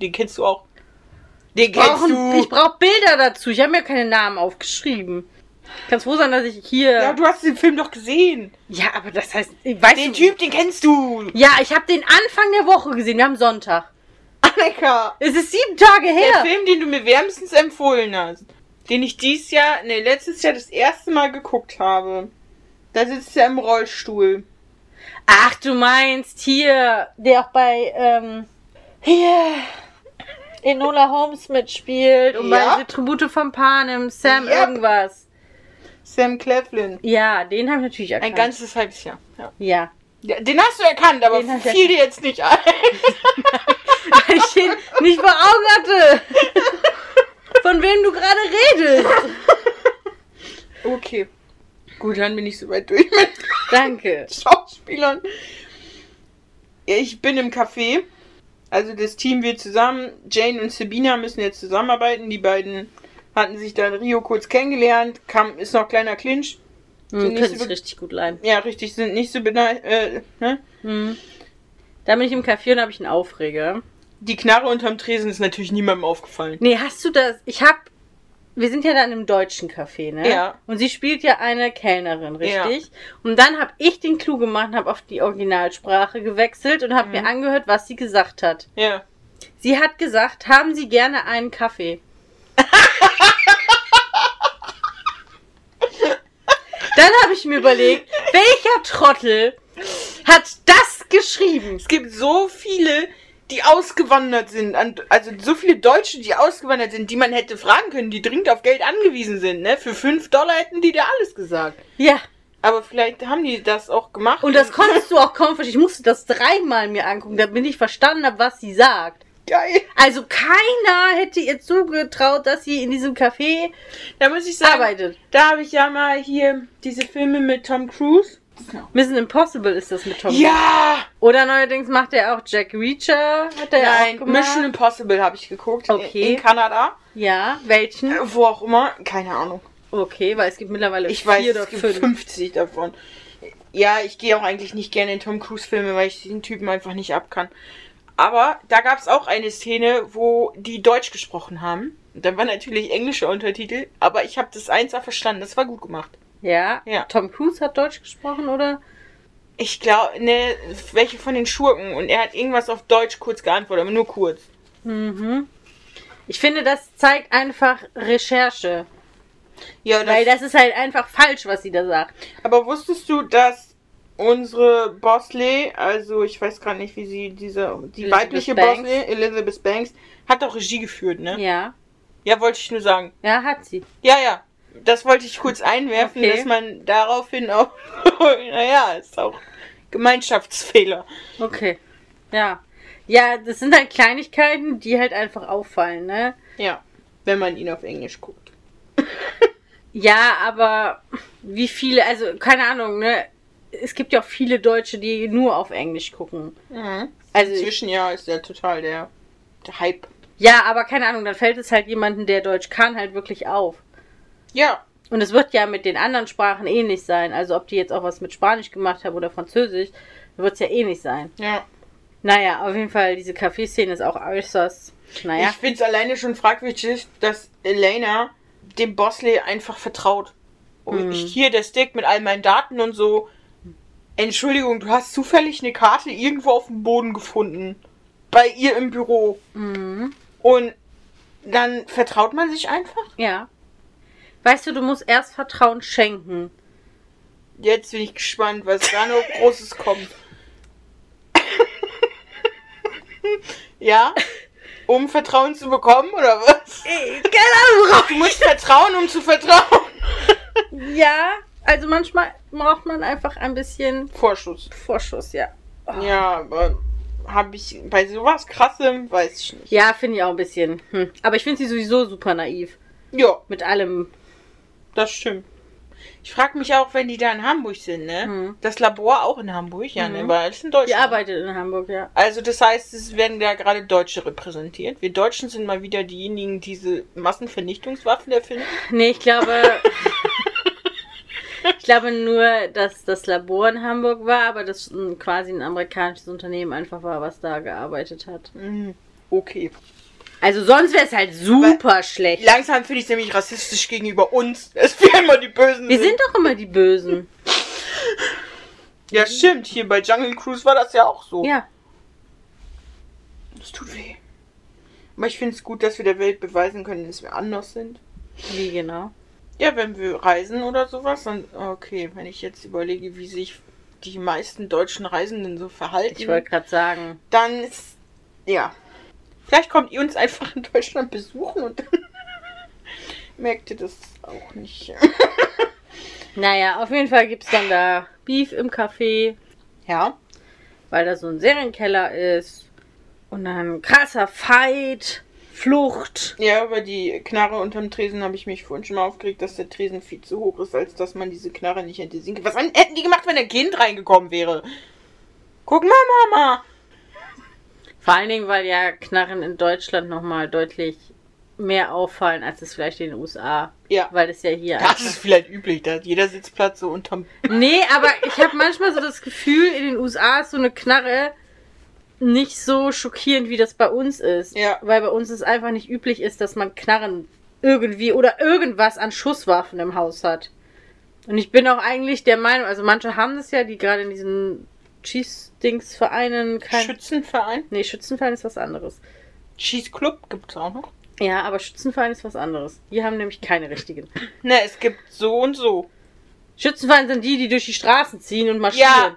[SPEAKER 1] Den kennst du auch. Den kennst
[SPEAKER 2] Brauchen, ich
[SPEAKER 1] du.
[SPEAKER 2] brauche Bilder dazu. Ich habe mir keine Namen aufgeschrieben. Kannst froh sein, dass ich hier.
[SPEAKER 1] Ja, du hast den Film doch gesehen.
[SPEAKER 2] Ja, aber das heißt, ich weiß
[SPEAKER 1] Den Typ, den kennst du.
[SPEAKER 2] Ja, ich habe den Anfang der Woche gesehen. Wir haben Sonntag.
[SPEAKER 1] Annika.
[SPEAKER 2] Es ist sieben Tage
[SPEAKER 1] Der
[SPEAKER 2] her.
[SPEAKER 1] Film, den du mir wärmstens empfohlen hast. Den ich dieses Jahr, ne, letztes Jahr das erste Mal geguckt habe. Da sitzt er im Rollstuhl.
[SPEAKER 2] Ach, du meinst hier, der auch bei ähm, hier Enola Holmes mitspielt und
[SPEAKER 1] Ja.
[SPEAKER 2] bei diese Tribute von Panem, Sam
[SPEAKER 1] Ja.
[SPEAKER 2] irgendwas.
[SPEAKER 1] Sam Cleflin.
[SPEAKER 2] Ja, den habe ich natürlich erkannt.
[SPEAKER 1] Ein ganzes halbes Jahr. Ja.
[SPEAKER 2] ja.
[SPEAKER 1] Ja, Den hast du erkannt, aber
[SPEAKER 2] Den hab ich
[SPEAKER 1] fiel dir jetzt nicht ein.
[SPEAKER 2] Weil ich ihn nicht vor Augen hatte. Von wem du gerade redest.
[SPEAKER 1] Okay. Gut, dann bin ich soweit durch mit
[SPEAKER 2] Danke.
[SPEAKER 1] Schauspielern. Ich bin im Café. Also das Team wird zusammen. Jane und Sabina müssen jetzt zusammenarbeiten. Die beiden hatten sich da in Rio kurz kennengelernt. Kam, ist noch kleiner Clinch.
[SPEAKER 2] Hm,
[SPEAKER 1] Nächste
[SPEAKER 2] könnte ich
[SPEAKER 1] Be-
[SPEAKER 2] richtig gut leiden.
[SPEAKER 1] Ja, richtig, sind nicht so benei- äh, ne?
[SPEAKER 2] Hm. Da bin ich im Café und habe ich einen Aufreger.
[SPEAKER 1] Die Knarre unterm Tresen ist natürlich niemandem aufgefallen.
[SPEAKER 2] Nee, hast du das? Ich hab. Wir sind ja da in einem deutschen Café, ne?
[SPEAKER 1] Ja.
[SPEAKER 2] Und sie spielt ja eine Kellnerin,
[SPEAKER 1] Ja.
[SPEAKER 2] richtig? Und dann hab ich den Clou gemacht und hab auf die Originalsprache gewechselt und hab
[SPEAKER 1] Mhm.
[SPEAKER 2] mir angehört, was sie gesagt hat.
[SPEAKER 1] Ja.
[SPEAKER 2] Sie hat gesagt, haben Sie gerne einen Kaffee? Dann habe ich mir überlegt, welcher Trottel hat das geschrieben?
[SPEAKER 1] Es gibt so viele, die ausgewandert sind. an- Also so viele Deutsche, die ausgewandert sind, die man hätte fragen können, die dringend auf Geld angewiesen sind, ne? Für 5 Dollar hätten die da alles gesagt.
[SPEAKER 2] Ja,
[SPEAKER 1] Aber vielleicht haben die das auch gemacht.
[SPEAKER 2] und das konntest du auch kaum verstehen. Ich musste das dreimal mir angucken, damit ich verstanden habe, was sie sagt.
[SPEAKER 1] geil.
[SPEAKER 2] Also keiner hätte ihr zugetraut, dass sie in diesem Café
[SPEAKER 1] Da muss ich sagen,
[SPEAKER 2] arbeitet.
[SPEAKER 1] da habe ich ja mal hier diese Filme mit Tom Cruise.
[SPEAKER 2] Mission Impossible ist das mit Tom.
[SPEAKER 1] Ja!
[SPEAKER 2] Oder neuerdings macht er auch Jack Reacher. Hat er ja auch
[SPEAKER 1] Nein,
[SPEAKER 2] gemacht.
[SPEAKER 1] Mission Impossible habe ich geguckt.
[SPEAKER 2] Okay.
[SPEAKER 1] In Kanada.
[SPEAKER 2] Ja, welchen?
[SPEAKER 1] Wo auch immer. Keine Ahnung.
[SPEAKER 2] Okay, weil es gibt mittlerweile
[SPEAKER 1] Ich weiß,
[SPEAKER 2] vier
[SPEAKER 1] es
[SPEAKER 2] oder
[SPEAKER 1] gibt
[SPEAKER 2] fünf.
[SPEAKER 1] 50 davon. Ja, ich gehe auch eigentlich nicht gerne in Tom Cruise Filme, weil ich den Typen einfach nicht ab kann. Aber da gab es auch eine Szene, wo die Deutsch gesprochen haben. Und Dann war natürlich englischer Untertitel, aber ich habe das eins verstanden. Das war gut gemacht.
[SPEAKER 2] Ja.
[SPEAKER 1] Ja.
[SPEAKER 2] Tom Cruise hat Deutsch gesprochen, oder?
[SPEAKER 1] Ich glaube, ne, welche von den Schurken. Und er hat irgendwas auf Deutsch kurz geantwortet, aber nur kurz.
[SPEAKER 2] Mhm. Ich finde, das zeigt einfach Recherche.
[SPEAKER 1] Ja, das,
[SPEAKER 2] weil das ist halt einfach falsch, was sie da sagt.
[SPEAKER 1] aber wusstest du, dass unsere Bosley, also ich weiß gerade nicht, wie sie diese, die
[SPEAKER 2] Elizabeth
[SPEAKER 1] weibliche
[SPEAKER 2] Banks.
[SPEAKER 1] Bosley, Elizabeth Banks, hat auch Regie geführt, ne?
[SPEAKER 2] Ja.
[SPEAKER 1] Ja, wollte ich nur sagen.
[SPEAKER 2] Ja, hat sie.
[SPEAKER 1] Ja, ja. Das wollte ich kurz einwerfen,
[SPEAKER 2] Okay.
[SPEAKER 1] dass man daraufhin auch. naja, ist auch Gemeinschaftsfehler.
[SPEAKER 2] Okay. Ja. Ja, das sind halt Kleinigkeiten, die halt einfach auffallen, ne?
[SPEAKER 1] Ja. Wenn man ihn auf Englisch guckt.
[SPEAKER 2] Ja, aber wie viele, also keine Ahnung, ne? Es gibt ja auch viele Deutsche, die nur auf Englisch gucken.
[SPEAKER 1] Mhm.
[SPEAKER 2] Also ich-
[SPEAKER 1] Inzwischen ja ist ja total der, der Hype.
[SPEAKER 2] Ja, aber keine Ahnung, dann fällt es halt jemandem, der Deutsch kann, halt wirklich auf.
[SPEAKER 1] Ja.
[SPEAKER 2] Und es wird ja mit den anderen Sprachen ähnlich sein. Also ob die jetzt auch was mit Spanisch gemacht haben oder Französisch, wird es ja ähnlich sein.
[SPEAKER 1] Ja.
[SPEAKER 2] Naja, auf jeden Fall, diese Kaffeeszene ist auch äußerst. Naja.
[SPEAKER 1] Ich find's alleine schon fragwürdig, dass Elena dem Bosley einfach vertraut. Und
[SPEAKER 2] Mhm.
[SPEAKER 1] ich hier der Stick mit all meinen Daten und so. Entschuldigung, du hast zufällig eine Karte irgendwo auf dem Boden gefunden. Bei ihr im Büro.
[SPEAKER 2] Mhm.
[SPEAKER 1] Und dann vertraut man sich einfach.
[SPEAKER 2] Ja. Weißt du, du musst erst Vertrauen schenken.
[SPEAKER 1] Jetzt bin ich gespannt, was da noch Großes kommt. ja? Um Vertrauen zu bekommen, oder was? Du musst vertrauen, um zu vertrauen.
[SPEAKER 2] Ja, also manchmal braucht man einfach ein bisschen
[SPEAKER 1] Vorschuss.
[SPEAKER 2] Vorschuss, ja.
[SPEAKER 1] Ja, aber habe ich bei sowas krassem, weiß ich nicht.
[SPEAKER 2] Ja, finde ich auch ein bisschen. Hm. Aber ich finde sie sowieso super naiv.
[SPEAKER 1] Ja,
[SPEAKER 2] Mit allem.
[SPEAKER 1] das stimmt. Ich frage mich auch, wenn die da in Hamburg sind, ne?
[SPEAKER 2] Mhm.
[SPEAKER 1] Das Labor auch in Hamburg, ja, ne?
[SPEAKER 2] Mhm.
[SPEAKER 1] Weil es in Deutschland.
[SPEAKER 2] Die arbeitet in Hamburg, ja.
[SPEAKER 1] Also das heißt, es werden da gerade Deutsche repräsentiert. Wir Deutschen sind mal wieder diejenigen, die diese Massenvernichtungswaffen erfinden.
[SPEAKER 2] Nee, ich glaube. ich glaube nur, dass das Labor in Hamburg war, aber das ein, quasi ein amerikanisches Unternehmen einfach war, was da gearbeitet hat.
[SPEAKER 1] Mhm. Hm, Okay.
[SPEAKER 2] Also sonst wäre es halt super schlecht.
[SPEAKER 1] Langsam finde ich es nämlich rassistisch gegenüber uns, dass wir immer die Bösen
[SPEAKER 2] Wir sind doch immer die Bösen.
[SPEAKER 1] Ja, stimmt. Hier bei Jungle Cruise war das ja auch so.
[SPEAKER 2] Ja.
[SPEAKER 1] Das tut weh. Aber ich finde es gut, dass wir der Welt beweisen können, dass wir anders sind.
[SPEAKER 2] Wie genau?
[SPEAKER 1] Ja, wenn wir reisen oder sowas, dann ah, okay, wenn ich jetzt überlege, wie sich die meisten deutschen Reisenden so verhalten,
[SPEAKER 2] Ich wollte gerade sagen.
[SPEAKER 1] dann ist ja. Vielleicht kommt ihr uns einfach in Deutschland besuchen und dann merkt ihr das auch nicht.
[SPEAKER 2] Naja, auf jeden Fall gibt es dann da Beef im Café,
[SPEAKER 1] Ja.
[SPEAKER 2] weil da so ein Serienkeller ist. Und dann krasser Fight, Flucht.
[SPEAKER 1] Ja, über die Knarre unterm Tresen habe ich mich vorhin schon mal aufgeregt, dass der Tresen viel zu hoch ist, als dass man diese Knarre nicht hätte sinken. Was hätten die gemacht, wenn ein Kind reingekommen wäre? Guck mal, Mama!
[SPEAKER 2] Vor allen Dingen, weil ja Knarren in Deutschland nochmal deutlich mehr auffallen, als es vielleicht in den USA.
[SPEAKER 1] Ja.
[SPEAKER 2] Weil es ja hier.
[SPEAKER 1] Das ist vielleicht üblich, da hat jeder Sitzplatz so unterm.
[SPEAKER 2] Nee, aber ich habe manchmal so das Gefühl, in den USA ist so eine Knarre nicht so schockierend, wie das bei uns ist.
[SPEAKER 1] Ja.
[SPEAKER 2] Weil bei uns es einfach nicht üblich ist, dass man Knarren irgendwie oder irgendwas an Schusswaffen im Haus hat. Und ich bin auch eigentlich der Meinung, also manche haben das ja, die gerade in diesen Schießdingsvereinen kein.
[SPEAKER 1] Schützenverein?
[SPEAKER 2] nee, Schützenverein ist was anderes.
[SPEAKER 1] Schießclub gibt's auch noch.
[SPEAKER 2] Ja, aber Schützenverein ist was anderes. Die haben nämlich keine richtigen.
[SPEAKER 1] Ne, es gibt so und so.
[SPEAKER 2] Schützenverein sind die, die durch die Straßen ziehen und marschieren.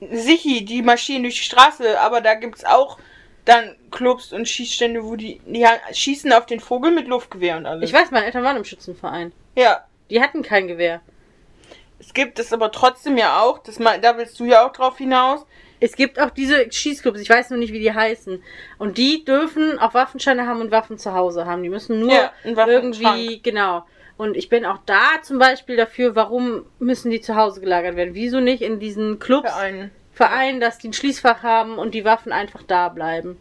[SPEAKER 1] Ja. Sichi, die marschieren durch die Straße, aber da gibt's auch dann Clubs und Schießstände, wo die, die ha- schießen auf den Vogel mit Luftgewehr und alles.
[SPEAKER 2] Ich weiß, meine Eltern waren im Schützenverein.
[SPEAKER 1] ja,
[SPEAKER 2] Die hatten kein Gewehr.
[SPEAKER 1] Es gibt es aber trotzdem ja auch, das mal, da willst du ja auch drauf hinaus.
[SPEAKER 2] Es gibt auch diese Schießclubs, ich weiß nur nicht, wie die heißen. Und die dürfen auch Waffenscheine haben und Waffen zu Hause haben. Die müssen nur
[SPEAKER 1] Ja, einen Waffen-
[SPEAKER 2] irgendwie,
[SPEAKER 1] Schrank.
[SPEAKER 2] genau. Und ich bin auch da zum Beispiel dafür, warum müssen die zu Hause gelagert werden? Wieso nicht in diesen Clubs, Vereinen,
[SPEAKER 1] Vereinen.
[SPEAKER 2] dass die ein Schließfach haben und die Waffen einfach da bleiben?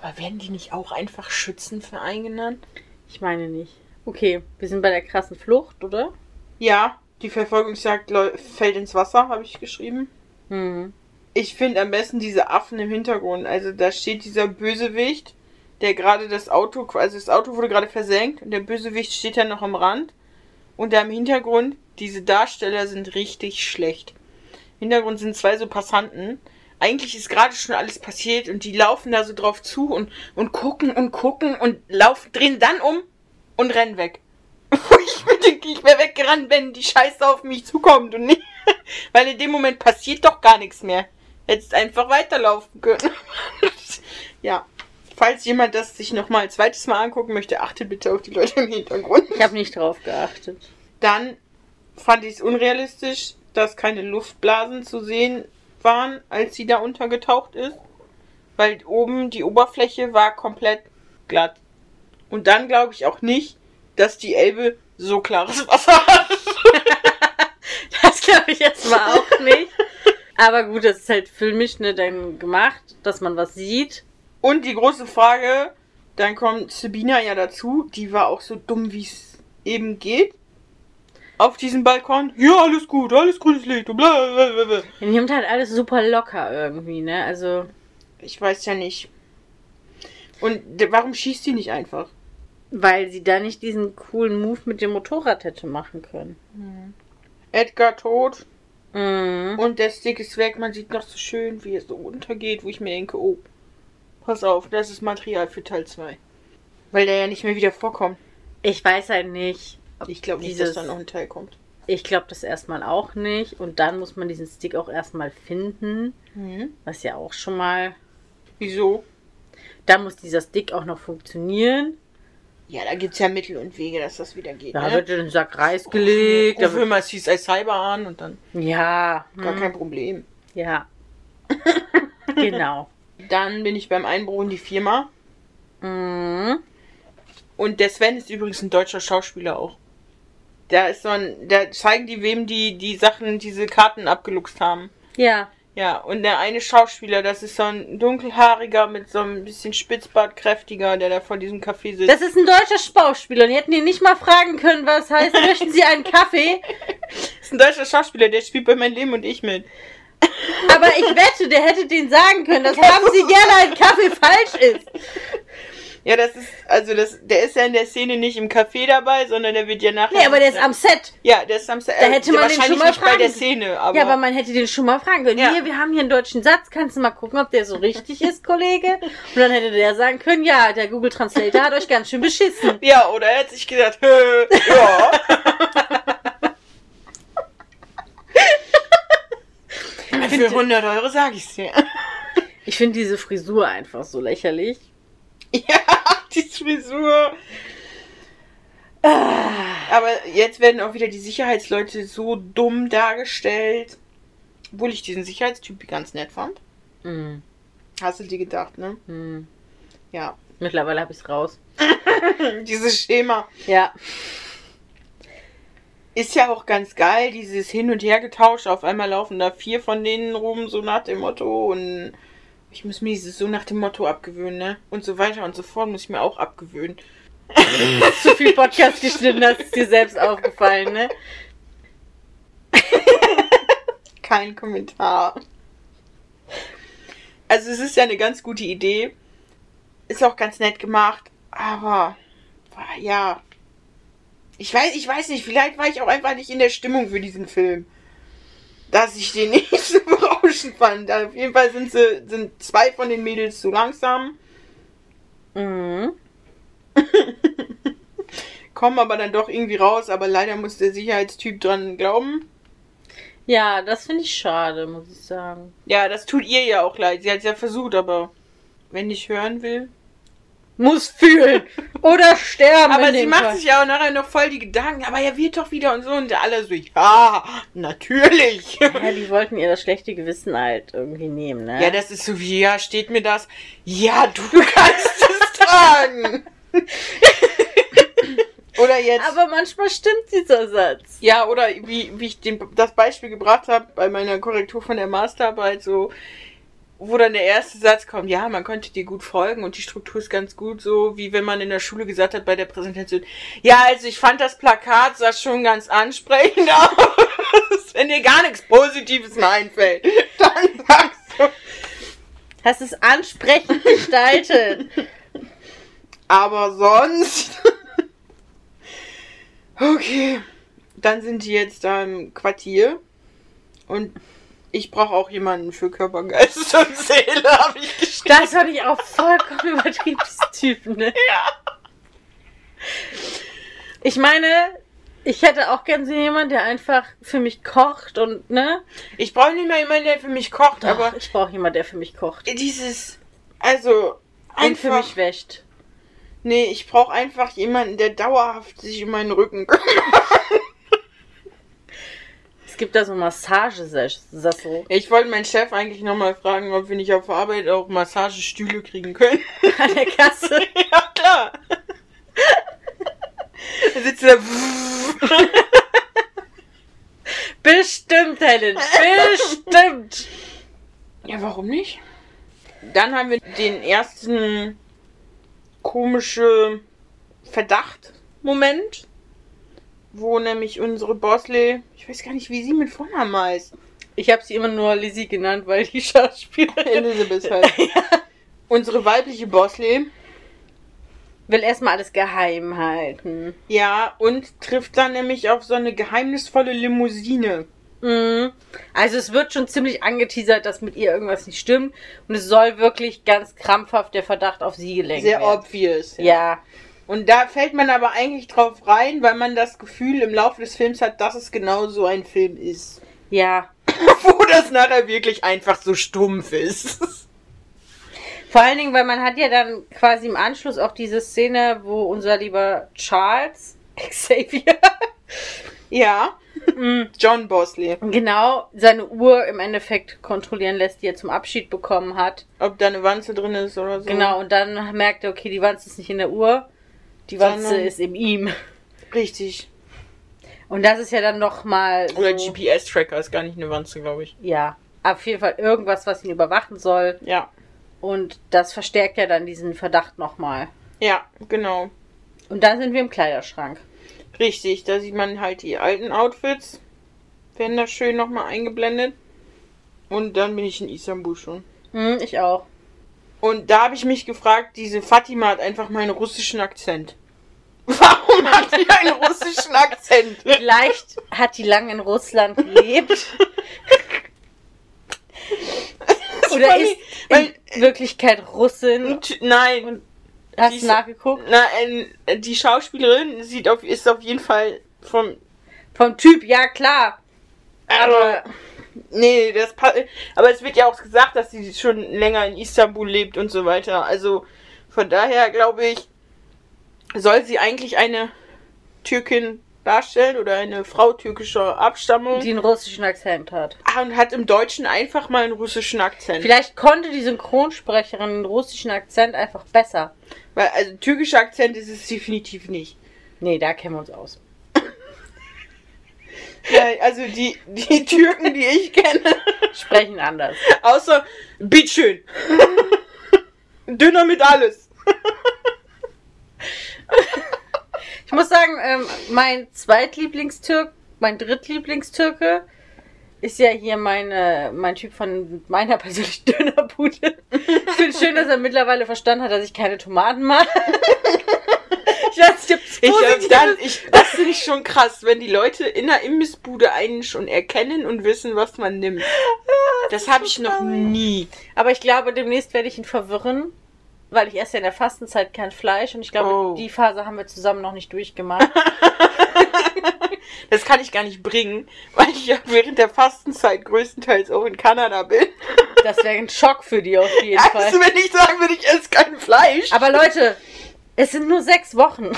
[SPEAKER 1] Aber werden die nicht auch einfach Schützenverein genannt?
[SPEAKER 2] Ich meine nicht. Okay, wir sind bei der krassen Flucht, oder?
[SPEAKER 1] Ja, die Verfolgungsjagd läu- fällt ins Wasser, habe ich geschrieben.
[SPEAKER 2] Hm.
[SPEAKER 1] Ich finde am besten diese Affen im Hintergrund. Also da steht dieser Bösewicht, der gerade das Auto, also das Auto wurde gerade versenkt und der Bösewicht steht ja noch am Rand. Und da im Hintergrund, diese Darsteller sind richtig schlecht. Im Hintergrund sind zwei so Passanten. Eigentlich ist gerade schon alles passiert und die laufen da so drauf zu und, und gucken und gucken und laufen, drehen dann um und rennen weg. Wo ich mir denke, ich wäre weggerannt, wenn die Scheiße auf mich zukommt und nicht. Weil in dem Moment passiert doch gar nichts mehr. Hättest einfach weiterlaufen können. ja. Falls jemand das sich nochmal ein zweites Mal angucken möchte, achtet bitte auf die Leute im Hintergrund.
[SPEAKER 2] Ich habe nicht drauf geachtet.
[SPEAKER 1] Dann fand ich es unrealistisch, dass keine Luftblasen zu sehen waren, als sie da untergetaucht ist. Weil oben die Oberfläche war komplett glatt. Und dann glaube ich auch nicht, dass die Elbe so klares Wasser hat.
[SPEAKER 2] Das glaube ich erstmal auch nicht. Aber gut, das ist halt filmisch ne, dann gemacht, dass man was sieht.
[SPEAKER 1] Und die große Frage, dann kommt Sabina ja dazu, die war auch so dumm, wie es eben geht. Auf diesem Balkon, ja, alles gut, alles grünes Licht und bla bla bla. bla.
[SPEAKER 2] Die nimmt halt alles super locker irgendwie, ne? Also,
[SPEAKER 1] Ich weiß ja nicht. Und d- warum schießt die nicht einfach?
[SPEAKER 2] weil sie da nicht diesen coolen Move mit dem Motorrad hätte machen können. Hm.
[SPEAKER 1] Edgar tot
[SPEAKER 2] Mhm.
[SPEAKER 1] und der Stick ist weg. Man sieht noch so schön, wie es so untergeht, wo ich mir denke, oh, pass auf, das ist Material für Teil 2. Weil der ja nicht mehr wieder vorkommt.
[SPEAKER 2] Ich weiß halt nicht. ob
[SPEAKER 1] Ich glaube nicht,
[SPEAKER 2] dieses,
[SPEAKER 1] dass da noch ein Teil kommt.
[SPEAKER 2] Ich glaube das erstmal auch nicht. Und dann muss man diesen Stick auch erstmal finden. Was ja auch schon mal.
[SPEAKER 1] Wieso?
[SPEAKER 2] Da muss dieser Stick auch noch funktionieren.
[SPEAKER 1] Ja, da gibt es ja Mittel und Wege, dass das wieder geht.
[SPEAKER 2] Da
[SPEAKER 1] ne?
[SPEAKER 2] wird in den Sack Reis gelegt. da
[SPEAKER 1] Rufen wir
[SPEAKER 2] wird,
[SPEAKER 1] mal CSI Cyber an und dann
[SPEAKER 2] ja.
[SPEAKER 1] gar
[SPEAKER 2] mhm.
[SPEAKER 1] kein Problem.
[SPEAKER 2] Ja. genau.
[SPEAKER 1] Dann bin ich beim Einbruch in die Firma.
[SPEAKER 2] Mhm.
[SPEAKER 1] Und der Sven ist übrigens ein deutscher Schauspieler auch. Da ist so ein, da zeigen die, wem die, die Sachen, diese Karten abgeluchst haben.
[SPEAKER 2] Ja.
[SPEAKER 1] Ja, und der eine Schauspieler, das ist so ein dunkelhaariger mit so ein bisschen Spitzbart kräftiger, der da vor diesem Café sitzt.
[SPEAKER 2] Das ist ein deutscher Schauspieler und die hätten ihn nicht mal fragen können, was heißt, möchten Sie einen Kaffee?
[SPEAKER 1] Das ist ein deutscher Schauspieler, der spielt bei Mein Leben und ich mit.
[SPEAKER 2] Aber ich wette, der hätte den sagen können, dass haben Sie gerne einen Kaffee falsch ist.
[SPEAKER 1] Ja, das ist, also das, der ist ja in der Szene nicht im Café dabei, sondern der wird ja nachher.
[SPEAKER 2] Nee, aber der ist am Set.
[SPEAKER 1] Ja, der ist am Set.
[SPEAKER 2] Da hätte man den
[SPEAKER 1] wahrscheinlich
[SPEAKER 2] schon mal
[SPEAKER 1] nicht bei
[SPEAKER 2] fragen-
[SPEAKER 1] der Szene, aber.
[SPEAKER 2] ja, aber man hätte den schon mal fragen können.
[SPEAKER 1] Ja.
[SPEAKER 2] Hier, wir haben hier einen deutschen Satz. Kannst du mal gucken, ob der so richtig ist, Kollege? Und dann hätte der sagen können, ja, der Google Translator hat euch ganz schön beschissen.
[SPEAKER 1] ja, oder er hätte sich gedacht, hä, ja. Für 100 Euro sage ich's dir.
[SPEAKER 2] Ich finde diese Frisur einfach so lächerlich.
[SPEAKER 1] Ja, die Frisur. Ah. Aber jetzt werden auch wieder die Sicherheitsleute so dumm dargestellt. Obwohl ich diesen Sicherheitstyp ganz nett fand.
[SPEAKER 2] Mm,
[SPEAKER 1] Hast du dir gedacht, ne?
[SPEAKER 2] mm.
[SPEAKER 1] Ja.
[SPEAKER 2] Mittlerweile habe ich es raus.
[SPEAKER 1] Dieses Schema.
[SPEAKER 2] Ja.
[SPEAKER 1] Ist ja auch ganz geil, dieses Hin- und Hergetausche. Auf einmal laufen da vier von denen rum, so nach dem Motto. Und ich muss mir dieses so nach dem Motto abgewöhnen, ne? Und so weiter und so fort muss ich mir auch abgewöhnen.
[SPEAKER 2] Zu viel Podcast geschnitten, das ist dir selbst aufgefallen, ne?
[SPEAKER 1] Kein Kommentar. Also es ist ja eine ganz gute Idee. Ist auch ganz nett gemacht, aber ah, ja. Ich weiß, ich weiß nicht, vielleicht war ich auch einfach nicht in der Stimmung für diesen Film. Dass ich den nicht so berauschend fand. Auf jeden Fall sind sie, sind zwei von den Mädels zu langsam,
[SPEAKER 2] Mhm.
[SPEAKER 1] kommen aber dann doch irgendwie raus, aber leider muss der Sicherheitstyp dran glauben.
[SPEAKER 2] Ja, das finde ich schade, muss ich sagen.
[SPEAKER 1] Ja, das tut ihr ja auch leid. Sie hat es ja versucht, aber wenn ich hören will.
[SPEAKER 2] Muss fühlen oder sterben.
[SPEAKER 1] Aber
[SPEAKER 2] in
[SPEAKER 1] sie
[SPEAKER 2] dem
[SPEAKER 1] macht
[SPEAKER 2] Fall.
[SPEAKER 1] sich ja auch nachher noch voll die Gedanken, aber er wird doch wieder und so und alle so, ja, natürlich.
[SPEAKER 2] Ja, die wollten ihr das schlechte Gewissen halt irgendwie nehmen, ne?
[SPEAKER 1] Ja, das ist so wie, ja, steht mir das, ja, du kannst es tragen. oder jetzt,
[SPEAKER 2] Aber manchmal stimmt dieser Satz.
[SPEAKER 1] ja, oder wie, wie ich den, das Beispiel gebracht habe bei meiner Korrektur von der Masterarbeit, so, wo dann der erste Satz kommt, ja, man könnte dir gut folgen und die Struktur ist ganz gut so, wie wenn man in der Schule gesagt hat bei der Präsentation, ja, also ich fand das Plakat sah schon ganz ansprechend aus. wenn dir gar nichts Positives mehr einfällt, dann sagst du.
[SPEAKER 2] Hast es ansprechend gestaltet.
[SPEAKER 1] Aber sonst. okay. Dann sind die jetzt da im Quartier. Und ich brauche auch jemanden für Körper, Geist und Seele, habe ich geschrieben.
[SPEAKER 2] Das fand ich auch vollkommen übertrieben, dieses Typen, ne?
[SPEAKER 1] Ja.
[SPEAKER 2] Ich meine, ich hätte auch gern so jemanden, der einfach für mich kocht und, ne?
[SPEAKER 1] Ich brauche nicht mehr jemanden, der für mich kocht,
[SPEAKER 2] Doch,
[SPEAKER 1] aber
[SPEAKER 2] ich brauche jemanden, der für mich kocht.
[SPEAKER 1] dieses. Also.
[SPEAKER 2] Und für
[SPEAKER 1] Einfach.
[SPEAKER 2] mich wäscht.
[SPEAKER 1] nee, ich brauche einfach jemanden, der dauerhaft sich um meinen Rücken kümmert.
[SPEAKER 2] Es gibt da so Massagesasso.
[SPEAKER 1] Ich wollte meinen Chef eigentlich nochmal fragen, ob wir nicht auf der Arbeit auch Massagestühle kriegen können.
[SPEAKER 2] An der Kasse.
[SPEAKER 1] Ja, klar. Da sitzt er da.
[SPEAKER 2] Bestimmt, Helen. Bestimmt.
[SPEAKER 1] Ja, warum nicht? Dann haben wir den ersten komische Verdacht-Moment, wo nämlich unsere Bosley, ich weiß gar nicht, wie sie mit Vornamen heißt,
[SPEAKER 2] Ich habe sie immer nur Lizzie genannt, weil die Schauspielerin
[SPEAKER 1] Elizabeth heißt. Unsere weibliche Bosley,
[SPEAKER 2] will erstmal alles geheim halten.
[SPEAKER 1] ja, und trifft dann nämlich auf so eine geheimnisvolle Limousine.
[SPEAKER 2] Mhm. Also es wird schon ziemlich angeteasert, dass mit ihr irgendwas nicht stimmt. Und es soll wirklich ganz krampfhaft der Verdacht auf sie gelenkt
[SPEAKER 1] Sehr
[SPEAKER 2] werden.
[SPEAKER 1] obvious.
[SPEAKER 2] Ja.
[SPEAKER 1] Und da fällt man aber eigentlich drauf rein, weil man das Gefühl im Laufe des Films hat, dass es genau so ein Film ist.
[SPEAKER 2] Ja.
[SPEAKER 1] Wo das nachher wirklich einfach so stumpf ist.
[SPEAKER 2] Vor allen Dingen, weil man hat ja dann quasi im Anschluss auch diese Szene, wo unser lieber Charles Xavier
[SPEAKER 1] Ja,
[SPEAKER 2] mhm.
[SPEAKER 1] Hm, John Bosley.
[SPEAKER 2] genau seine Uhr im Endeffekt kontrollieren lässt, die er zum Abschied bekommen hat.
[SPEAKER 1] Ob da eine Wanze drin ist oder so.
[SPEAKER 2] Genau, und dann merkt er, okay, die Wanze ist nicht in der Uhr, die Wanze
[SPEAKER 1] Sondern-
[SPEAKER 2] ist in ihm.
[SPEAKER 1] Richtig.
[SPEAKER 2] Und das ist ja dann nochmal.
[SPEAKER 1] Oder
[SPEAKER 2] so,
[SPEAKER 1] GPS-Tracker ist gar nicht eine Wanze, glaube ich.
[SPEAKER 2] Ja, auf jeden Fall irgendwas, was ihn überwachen soll.
[SPEAKER 1] Ja.
[SPEAKER 2] Und das verstärkt ja dann diesen Verdacht nochmal.
[SPEAKER 1] Ja, genau.
[SPEAKER 2] Und dann sind wir im Kleiderschrank.
[SPEAKER 1] Richtig, da sieht man halt die alten Outfits. Werden da schön nochmal eingeblendet. Und dann bin ich in Istanbul schon.
[SPEAKER 2] Hm, ich auch.
[SPEAKER 1] Und da habe ich mich gefragt, diese Fatima hat einfach meinen russischen Akzent. Warum hat die einen russischen Akzent?
[SPEAKER 2] Vielleicht hat die lange in Russland gelebt. Oder
[SPEAKER 1] funny,
[SPEAKER 2] ist in
[SPEAKER 1] weil- äh,
[SPEAKER 2] Wirklichkeit Russin.
[SPEAKER 1] Und, nein,
[SPEAKER 2] Hast
[SPEAKER 1] diese-
[SPEAKER 2] du nachgeguckt?
[SPEAKER 1] nein, ähm, die Schauspielerin sieht auf, ist auf jeden Fall vom.
[SPEAKER 2] Vom Typ, ja klar.
[SPEAKER 1] Aber nee, das pa- aber es wird ja auch gesagt, dass sie schon länger in Istanbul lebt und so weiter. Also von daher glaube ich, soll sie eigentlich eine Türkin darstellen oder eine Frau türkischer Abstammung.
[SPEAKER 2] Die einen russischen Akzent hat.
[SPEAKER 1] Ah, und hat im Deutschen einfach mal einen russischen Akzent.
[SPEAKER 2] Vielleicht konnte die Synchronsprecherin den russischen Akzent einfach besser.
[SPEAKER 1] Weil, also türkischer Akzent ist es definitiv nicht.
[SPEAKER 2] Nee, da kennen wir uns aus.
[SPEAKER 1] Ja, also die, die Türken, die ich kenne,
[SPEAKER 2] Sprechen anders.
[SPEAKER 1] außer bitteschön. Dünner mit alles.
[SPEAKER 2] Ich muss sagen, ähm, mein Zweitlieblingstürk, mein Drittlieblingstürke ist ja hier meine, mein Typ von meiner persönlichen Dönerbude. Ich finde schön, dass er mittlerweile verstanden hat, dass ich keine Tomaten mag. Ich weiß nicht,
[SPEAKER 1] Ich,
[SPEAKER 2] ob
[SPEAKER 1] äh,
[SPEAKER 2] es
[SPEAKER 1] dann, ich, das finde ich schon krass, wenn die Leute in der Imbissbude einen schon erkennen und wissen, was man nimmt. Ah, Das habe ich noch nie.
[SPEAKER 2] Aber ich glaube, demnächst werde ich ihn verwirren, weil ich esse ja in der Fastenzeit kein Fleisch und ich glaube,
[SPEAKER 1] Oh.
[SPEAKER 2] die Phase haben wir zusammen noch nicht durchgemacht.
[SPEAKER 1] Das kann ich gar nicht bringen, weil ich ja während der Fastenzeit größtenteils auch in Kanada bin.
[SPEAKER 2] Das wäre ein Schock für die auf jeden Fall.
[SPEAKER 1] Also wenn ich sagen würde, ich esse kein Fleisch.
[SPEAKER 2] Aber Leute, es sind nur sechs Wochen.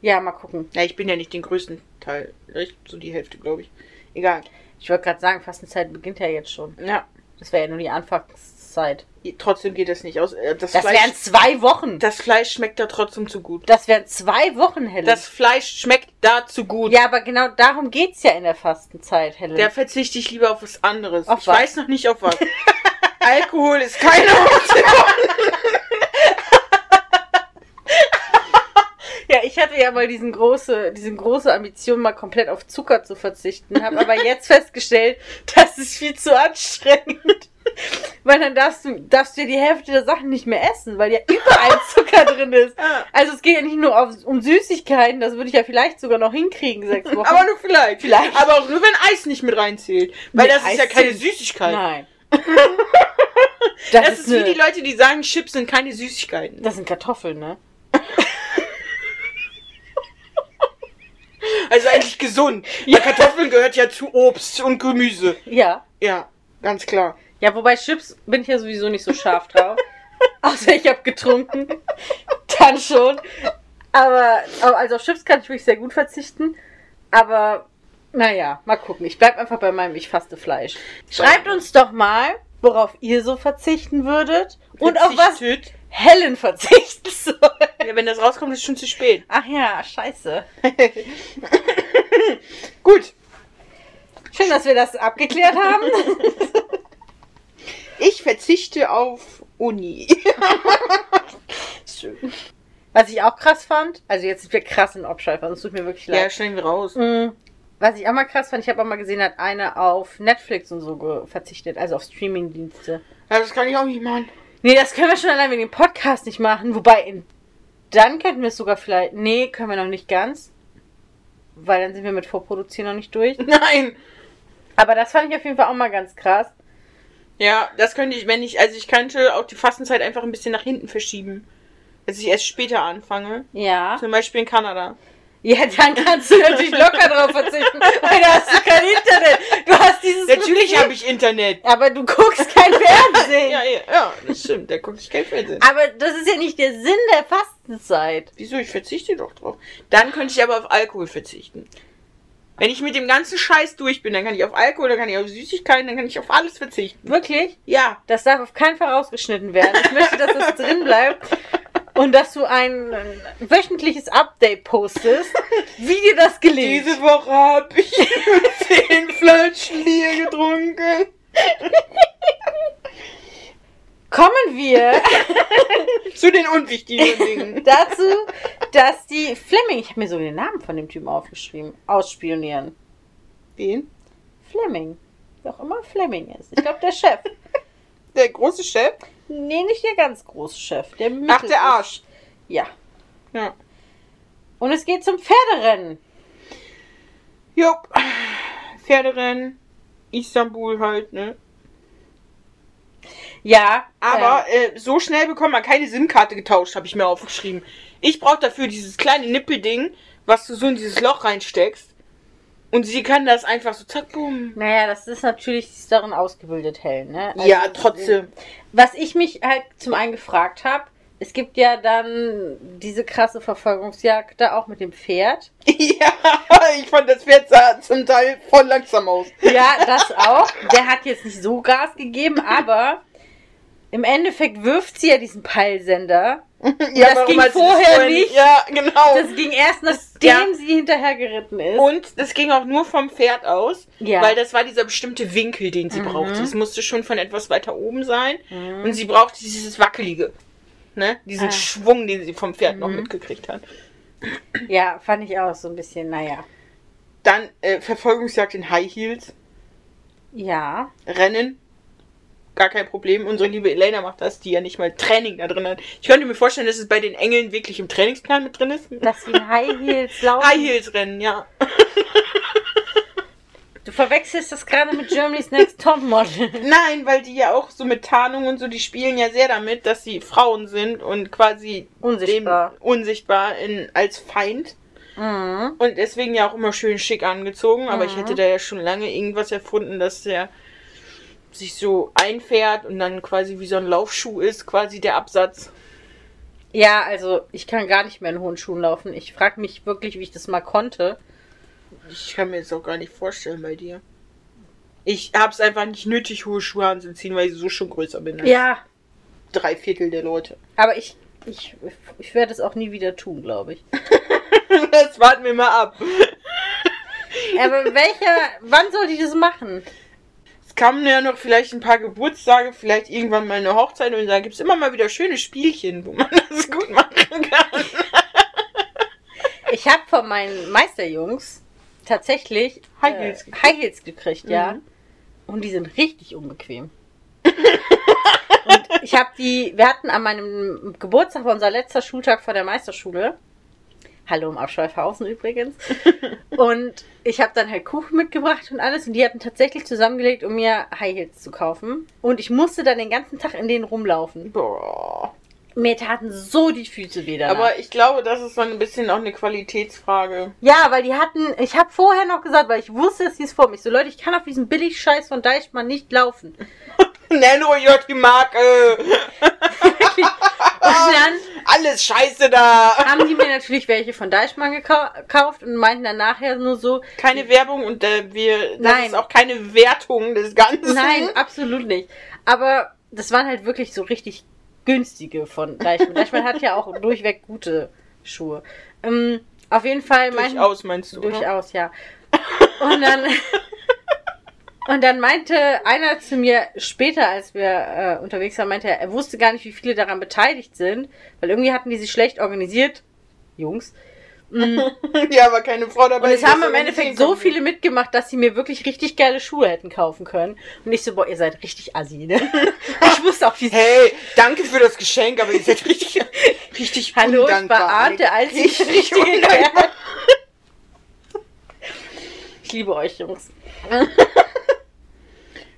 [SPEAKER 2] Ja, mal gucken.
[SPEAKER 1] Ja, ich bin ja nicht den größten Teil. Ich, so die Hälfte, glaube ich. Egal.
[SPEAKER 2] Ich wollte gerade sagen, Fastenzeit beginnt ja jetzt schon.
[SPEAKER 1] Ja.
[SPEAKER 2] Das wäre ja nur die Anfangszeit.
[SPEAKER 1] Trotzdem geht das nicht aus. Äh, Das,
[SPEAKER 2] Das wären
[SPEAKER 1] Fleisch,
[SPEAKER 2] zwei Wochen.
[SPEAKER 1] das Fleisch schmeckt da trotzdem zu gut.
[SPEAKER 2] Das wären zwei Wochen, Helen.
[SPEAKER 1] Das Fleisch schmeckt da zu gut.
[SPEAKER 2] ja, aber genau darum geht's ja in der Fastenzeit, Helen.
[SPEAKER 1] Da verzichte ich lieber auf was anderes.
[SPEAKER 2] Auf
[SPEAKER 1] ich
[SPEAKER 2] was?
[SPEAKER 1] weiß noch nicht auf was. Alkohol ist keine Option.
[SPEAKER 2] Ja, ich hatte ja mal diesen große, diesen große Ambition, mal komplett auf Zucker zu verzichten, habe aber jetzt festgestellt, das ist viel zu anstrengend. Weil dann darfst du, darfst du ja die Hälfte der Sachen nicht mehr essen, weil ja überall Zucker drin ist.
[SPEAKER 1] Ja.
[SPEAKER 2] Also es geht ja nicht nur auf, um Süßigkeiten, das würde ich ja vielleicht sogar noch hinkriegen, sechs Wochen.
[SPEAKER 1] Aber nur vielleicht.
[SPEAKER 2] Vielleicht.
[SPEAKER 1] Aber auch nur, wenn Eis nicht mit reinzählt. Weil
[SPEAKER 2] Nee,
[SPEAKER 1] das ist
[SPEAKER 2] Eis
[SPEAKER 1] ja keine
[SPEAKER 2] zählt-
[SPEAKER 1] Süßigkeit.
[SPEAKER 2] Nein.
[SPEAKER 1] Das, ist,
[SPEAKER 2] Halt. eine-
[SPEAKER 1] wie die Leute, die sagen, Chips sind keine Süßigkeiten.
[SPEAKER 2] Das sind Kartoffeln, ne?
[SPEAKER 1] Also eigentlich gesund. Weil Kartoffeln gehört ja zu Obst und Gemüse.
[SPEAKER 2] Ja.
[SPEAKER 1] Ja, ganz klar.
[SPEAKER 2] Ja, wobei Chips bin ich ja sowieso nicht so scharf drauf. Außer ich habe getrunken. Dann schon. Aber aber also auf Chips kann ich wirklich sehr gut verzichten. Aber naja, mal gucken. Ich bleib einfach bei meinem Ich faste Fleisch. Schreibt uns doch mal, worauf ihr so verzichten würdet und auf was
[SPEAKER 1] Verzichtet.
[SPEAKER 2] Helen verzichten soll.
[SPEAKER 1] Ja, wenn das rauskommt, ist schon zu spät.
[SPEAKER 2] Ach ja, scheiße.
[SPEAKER 1] Gut,
[SPEAKER 2] Schön, dass wir das abgeklärt haben.
[SPEAKER 1] ich verzichte auf Uni. Schön.
[SPEAKER 2] Was ich auch krass fand, also jetzt sind wir krass in Obschweifern, es tut mir wirklich leid.
[SPEAKER 1] Ja, schneiden wir raus.
[SPEAKER 2] Mm, Was ich auch mal krass fand, ich habe auch mal gesehen, hat eine auf Netflix und so ge- verzichtet, also auf Streamingdienste.
[SPEAKER 1] Ja, das kann ich auch nicht machen.
[SPEAKER 2] Nee, das können wir schon allein wegen dem Podcast nicht machen. Wobei, in, dann könnten wir es sogar vielleicht. Nee, können wir noch nicht ganz. Weil dann sind wir mit Vorproduzieren noch nicht durch.
[SPEAKER 1] Nein.
[SPEAKER 2] Aber das fand ich auf jeden Fall auch mal ganz krass.
[SPEAKER 1] Ja, das könnte ich, wenn ich, also ich könnte auch die Fastenzeit einfach ein bisschen nach hinten verschieben. Dass ich erst später anfange.
[SPEAKER 2] Ja.
[SPEAKER 1] Zum Beispiel in Kanada.
[SPEAKER 2] Ja, dann kannst du natürlich locker drauf verzichten. Weil da hast du kein Internet. Du hast dieses.
[SPEAKER 1] Natürlich habe ich Internet.
[SPEAKER 2] Aber du guckst kein Fernsehen.
[SPEAKER 1] Ja, ja, ja, das stimmt. Da guckt ich kein Fernsehen.
[SPEAKER 2] Aber das ist ja nicht der Sinn der Fastenzeit.
[SPEAKER 1] Wieso? Ich verzichte doch drauf. Dann könnte ich aber auf Alkohol verzichten. Wenn ich mit dem ganzen Scheiß durch bin, dann kann ich auf Alkohol, dann kann ich auf Süßigkeiten, dann kann ich auf alles verzichten.
[SPEAKER 2] Wirklich?
[SPEAKER 1] Ja.
[SPEAKER 2] Das darf auf keinen Fall rausgeschnitten werden. Ich möchte, dass das drin bleibt und dass du ein äh, wöchentliches Update postest, wie dir das gelingt.
[SPEAKER 1] Diese Woche habe ich zehn Flaschen Bier getrunken.
[SPEAKER 2] Kommen wir
[SPEAKER 1] Zu den unwichtigen Dingen.
[SPEAKER 2] dazu, dass die Fleming, ich habe mir so den Namen von dem Typen aufgeschrieben, ausspionieren.
[SPEAKER 1] Wen?
[SPEAKER 2] Fleming. Wer auch immer Fleming ist. Ich glaube, der Chef.
[SPEAKER 1] Der große Chef?
[SPEAKER 2] Nee, nicht der ganz große Chef. Der
[SPEAKER 1] Ach,
[SPEAKER 2] mittel-
[SPEAKER 1] der Arsch.
[SPEAKER 2] Ja.
[SPEAKER 1] Ja.
[SPEAKER 2] Und es geht zum Pferderennen.
[SPEAKER 1] Jupp. Pferderennen. Istanbul halt, ne?
[SPEAKER 2] Ja. ähm,
[SPEAKER 1] Aber äh, so schnell bekommt man keine SIM-Karte getauscht, habe ich mir aufgeschrieben. Ich brauche dafür dieses kleine Nippelding, was du so in dieses Loch reinsteckst. Und sie kann das einfach so zack,
[SPEAKER 2] Äh,
[SPEAKER 1] boom.
[SPEAKER 2] naja, das ist natürlich, die ist darin ausgebildet, Helen, ne? Also,
[SPEAKER 1] ja, trotzdem.
[SPEAKER 2] Was ich mich halt zum einen gefragt habe, es gibt ja dann diese krasse Verfolgungsjagd da auch mit dem Pferd.
[SPEAKER 1] ja, ich fand das Pferd sah zum Teil voll langsam aus.
[SPEAKER 2] Ja, das auch. Der hat jetzt nicht so Gas gegeben, aber im Endeffekt wirft sie ja diesen Peilsender.
[SPEAKER 1] Ja,
[SPEAKER 2] das
[SPEAKER 1] warum
[SPEAKER 2] ging
[SPEAKER 1] hat sie
[SPEAKER 2] vorher
[SPEAKER 1] vorher
[SPEAKER 2] nicht.
[SPEAKER 1] Ja, genau.
[SPEAKER 2] Das ging erst,
[SPEAKER 1] Das-
[SPEAKER 2] nachdem
[SPEAKER 1] ja.
[SPEAKER 2] sie hinterher geritten ist.
[SPEAKER 1] und das ging auch nur vom Pferd aus,
[SPEAKER 2] Ja.
[SPEAKER 1] weil das war dieser bestimmte Winkel, den sie
[SPEAKER 2] Mhm.
[SPEAKER 1] brauchte. Es musste schon von etwas weiter oben sein.
[SPEAKER 2] Mhm.
[SPEAKER 1] Und sie braucht dieses Wackelige. Ne? Diesen
[SPEAKER 2] Ah.
[SPEAKER 1] Schwung, den sie vom Pferd noch
[SPEAKER 2] Mhm.
[SPEAKER 1] mitgekriegt hat.
[SPEAKER 2] Ja, fand ich auch so ein bisschen, naja.
[SPEAKER 1] Dann äh, Verfolgungsjagd in High Heels.
[SPEAKER 2] Ja.
[SPEAKER 1] Rennen. Gar kein Problem. Unsere liebe Elena macht das, die ja nicht mal Training da drin hat. Ich könnte mir vorstellen, dass es bei den Engeln wirklich im Trainingsplan mit drin ist.
[SPEAKER 2] Dass sie in High Heels laufen.
[SPEAKER 1] High Heels Rennen, ja.
[SPEAKER 2] Du verwechselst das gerade mit Germany's Next Top Model.
[SPEAKER 1] Nein, weil die ja auch so mit Tarnung und so, die spielen ja sehr damit, dass sie Frauen sind und quasi
[SPEAKER 2] Unsichtbar.
[SPEAKER 1] dem unsichtbar in, als Feind.
[SPEAKER 2] Mhm.
[SPEAKER 1] Und deswegen ja auch immer schön schick angezogen. Aber ich
[SPEAKER 2] Mhm.
[SPEAKER 1] hätte da ja schon lange irgendwas erfunden, dass der sich so einfährt und dann quasi wie so ein Laufschuh ist, quasi der Absatz.
[SPEAKER 2] Ja, also ich kann gar nicht mehr in hohen Schuhen laufen. Ich frage mich wirklich, wie ich das mal konnte.
[SPEAKER 1] Ich kann mir jetzt auch gar nicht vorstellen bei dir. Ich hab's einfach nicht nötig, hohe Schuhe anzuziehen, weil ich so schon größer bin als
[SPEAKER 2] Ja.
[SPEAKER 1] drei Viertel der Leute.
[SPEAKER 2] Aber ich, ich, ich werde es auch nie wieder tun, glaube ich.
[SPEAKER 1] Das warten wir mal ab.
[SPEAKER 2] Aber welcher, wann soll die das machen?
[SPEAKER 1] Es kamen ja noch vielleicht ein paar Geburtstage, vielleicht irgendwann mal eine Hochzeit und da gibt's immer mal wieder schöne Spielchen, wo man das gut machen kann.
[SPEAKER 2] Ich habe von meinen Meisterjungs tatsächlich
[SPEAKER 1] High Heels
[SPEAKER 2] äh,
[SPEAKER 1] gekriegt.
[SPEAKER 2] High Heels gekriegt, ja.
[SPEAKER 1] Mhm.
[SPEAKER 2] Und die sind richtig unbequem. Und ich habe die, wir hatten an meinem Geburtstag, war unser letzter Schultag vor der Meisterschule. Hallo im Abschweifhausen übrigens. Und ich habe dann halt Kuchen mitgebracht und alles. Und die hatten tatsächlich zusammengelegt, um mir High Heels zu kaufen. Und ich musste dann den ganzen Tag in denen rumlaufen.
[SPEAKER 1] Boah.
[SPEAKER 2] Mir taten so die Füße weh danach.
[SPEAKER 1] Aber ich glaube, das ist so ein bisschen auch eine Qualitätsfrage.
[SPEAKER 2] Ja, weil die hatten, ich habe vorher noch gesagt, weil ich wusste, es hieß vor mich. So, Leute, ich kann auf diesen Billig-Scheiß von Deichmann nicht laufen.
[SPEAKER 1] Nenn ruhig die Marke.
[SPEAKER 2] Wirklich. Und dann
[SPEAKER 1] Alles scheiße da.
[SPEAKER 2] haben die mir natürlich welche von Deichmann gekau- gekauft und meinten dann nachher nur so,
[SPEAKER 1] Keine Werbung und äh, wir. Das
[SPEAKER 2] Nein.
[SPEAKER 1] ist auch keine Wertung des Ganzen.
[SPEAKER 2] nein, absolut nicht. Aber das waren halt wirklich so richtig günstige von Deichmann. Deichmann hat ja auch durchweg gute Schuhe. Ähm, auf jeden Fall meinten
[SPEAKER 1] Durchaus meinst du. Durchaus.
[SPEAKER 2] Durchaus, ja. Und dann, und dann meinte einer zu mir später, als wir äh, unterwegs waren, meinte er, er wusste gar nicht, wie viele daran beteiligt sind, weil irgendwie hatten die sich schlecht organisiert. Jungs.
[SPEAKER 1] Ja, aber keine Frau dabei.
[SPEAKER 2] Und es
[SPEAKER 1] die
[SPEAKER 2] haben
[SPEAKER 1] das
[SPEAKER 2] im Endeffekt
[SPEAKER 1] organisieren
[SPEAKER 2] so
[SPEAKER 1] kann.
[SPEAKER 2] viele mitgemacht, dass sie mir wirklich richtig geile Schuhe hätten kaufen können. Und ich so, boah, ihr seid richtig assi, ne? Ich wusste auch, wie
[SPEAKER 1] Hey, danke für das Geschenk, aber ihr seid richtig, richtig
[SPEAKER 2] Hallo, ich
[SPEAKER 1] undankbar.
[SPEAKER 2] war Art, der einzige
[SPEAKER 1] Richtig
[SPEAKER 2] richtige
[SPEAKER 1] undankbar.
[SPEAKER 2] Kerl. Ich liebe euch, Jungs.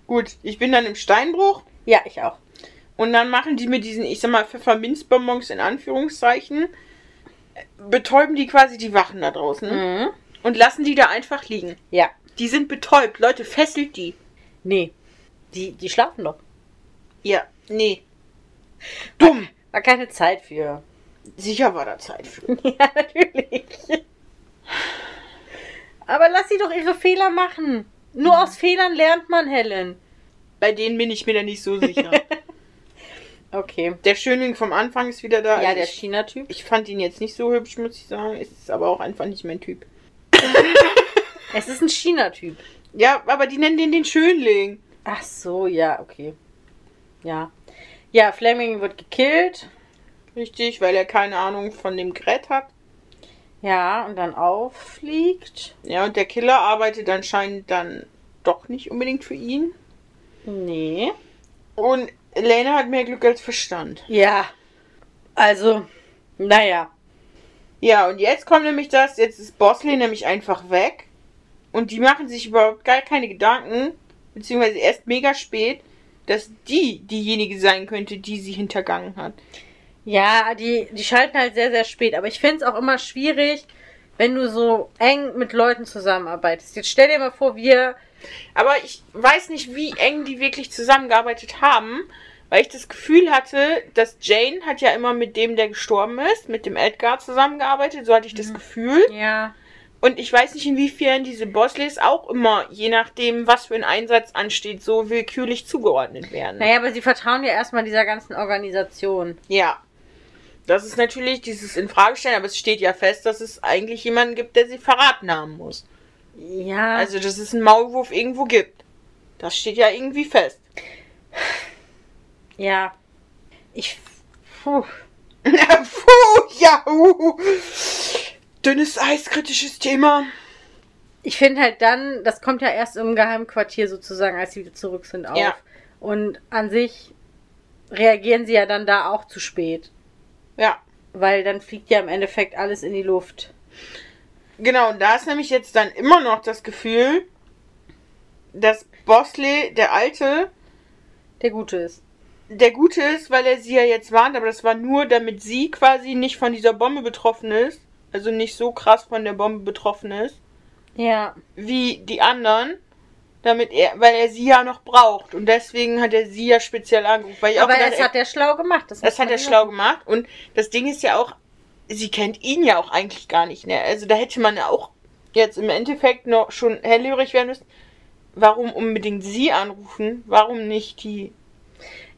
[SPEAKER 1] Gut, ich bin dann im Steinbruch
[SPEAKER 2] Ja, ich auch.
[SPEAKER 1] und dann machen die mit diesen, ich sag mal, Pfefferminzbonbons in Anführungszeichen, äh, betäuben die quasi die Wachen da draußen
[SPEAKER 2] Mhm.
[SPEAKER 1] und lassen die da einfach liegen.
[SPEAKER 2] Ja.
[SPEAKER 1] Die sind betäubt, Leute, fesselt die.
[SPEAKER 2] Nee. Die, die schlafen doch.
[SPEAKER 1] Ja, nee. Dumm.
[SPEAKER 2] War keine Zeit für.
[SPEAKER 1] Sicher war da Zeit für.
[SPEAKER 2] Ja, natürlich. Aber lass sie doch ihre Fehler machen. Nur aus Fehlern lernt man, Helen.
[SPEAKER 1] Bei denen bin ich mir da nicht so sicher.
[SPEAKER 2] Okay.
[SPEAKER 1] der Schönling vom Anfang ist wieder da.
[SPEAKER 2] Ja,
[SPEAKER 1] Also
[SPEAKER 2] der
[SPEAKER 1] ich,
[SPEAKER 2] China-Typ.
[SPEAKER 1] ich fand ihn jetzt nicht so hübsch, muss ich sagen. Es Ist aber auch einfach nicht mein Typ.
[SPEAKER 2] Es ist ein China-Typ.
[SPEAKER 1] Ja, aber die nennen den den Schönling.
[SPEAKER 2] Ach so, ja, okay. Ja. Ja, Fleming wird gekillt.
[SPEAKER 1] Richtig, weil er keine Ahnung von dem Gerät hat.
[SPEAKER 2] Ja, und dann auffliegt.
[SPEAKER 1] Ja, und der Killer arbeitet anscheinend dann doch nicht unbedingt für ihn.
[SPEAKER 2] Nee.
[SPEAKER 1] Und Elena hat mehr Glück als Verstand.
[SPEAKER 2] Ja. Also, naja.
[SPEAKER 1] Ja, und jetzt kommt nämlich das, jetzt ist Bosley nämlich einfach weg. Und die machen sich überhaupt gar keine Gedanken, beziehungsweise erst mega spät, dass die diejenige sein könnte, die sie hintergangen hat.
[SPEAKER 2] Ja, die, die schalten halt sehr, sehr spät. Aber ich finde es auch immer schwierig, wenn du so eng mit Leuten zusammenarbeitest. Jetzt stell dir mal vor, wir.
[SPEAKER 1] Aber ich weiß nicht, wie eng die wirklich zusammengearbeitet haben, weil ich das Gefühl hatte, dass Jane hat ja immer mit dem, der gestorben ist, mit dem Edgar zusammengearbeitet. So hatte ich das Gefühl.
[SPEAKER 2] Ja.
[SPEAKER 1] Und ich weiß nicht, inwiefern diese Bosleys auch immer, je nachdem, was für ein Einsatz ansteht, so willkürlich zugeordnet werden.
[SPEAKER 2] Naja, aber sie vertrauen ja erstmal dieser ganzen Organisation.
[SPEAKER 1] Ja. Das ist natürlich dieses Infragestellen, aber es steht ja fest, dass es eigentlich jemanden gibt, der sie verraten haben muss.
[SPEAKER 2] Ja.
[SPEAKER 1] Also, dass es einen Maulwurf irgendwo gibt. Das steht ja irgendwie fest.
[SPEAKER 2] ja. Ich. Puh.
[SPEAKER 1] Puh, ja, uh. Dünnes Eis, kritisches Thema.
[SPEAKER 2] Ich finde halt dann, das kommt ja erst im Geheimquartier sozusagen, als sie wieder zurück sind, auf.
[SPEAKER 1] Ja.
[SPEAKER 2] Und an sich reagieren sie ja dann da auch zu spät.
[SPEAKER 1] Ja.
[SPEAKER 2] Weil dann fliegt ja im Endeffekt alles in die Luft.
[SPEAKER 1] Genau, und da ist nämlich jetzt dann immer noch das Gefühl, dass Bosley, der Alte,
[SPEAKER 2] Der Gute ist.
[SPEAKER 1] der Gute ist, weil er sie ja jetzt warnt, aber das war nur, damit sie quasi nicht von dieser Bombe betroffen ist. Also nicht so krass von der Bombe betroffen ist,
[SPEAKER 2] Ja.
[SPEAKER 1] wie die anderen. Damit er, weil er sie ja noch braucht. Und deswegen hat er sie ja speziell angerufen. Weil ich auch
[SPEAKER 2] Aber
[SPEAKER 1] gedacht,
[SPEAKER 2] das hat er schlau gemacht.
[SPEAKER 1] Das
[SPEAKER 2] Das, muss
[SPEAKER 1] hat
[SPEAKER 2] man
[SPEAKER 1] er
[SPEAKER 2] ihm
[SPEAKER 1] schlau gemacht. Und das Ding ist ja auch, sie kennt ihn ja auch eigentlich gar nicht. Ne? Also da hätte man ja auch jetzt im Endeffekt noch schon hellhörig werden müssen. Warum unbedingt sie anrufen? Warum nicht die?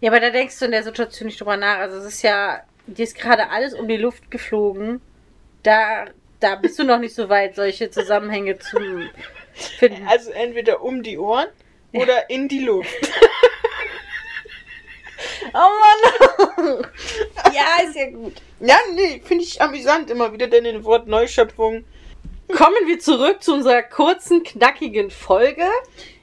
[SPEAKER 2] Ja, aber da denkst du in der Situation nicht drüber nach. Also es ist ja, dir ist gerade alles um die Luft geflogen. Da, da bist du noch nicht so weit, solche Zusammenhänge zu finden.
[SPEAKER 1] Also entweder um die Ohren oder in die Luft.
[SPEAKER 2] oh Mann! ja, ist ja gut.
[SPEAKER 1] Ja, nee, finde ich amüsant immer wieder, denn in Wort Neuschöpfung.
[SPEAKER 2] Kommen wir zurück zu unserer kurzen, knackigen Folge.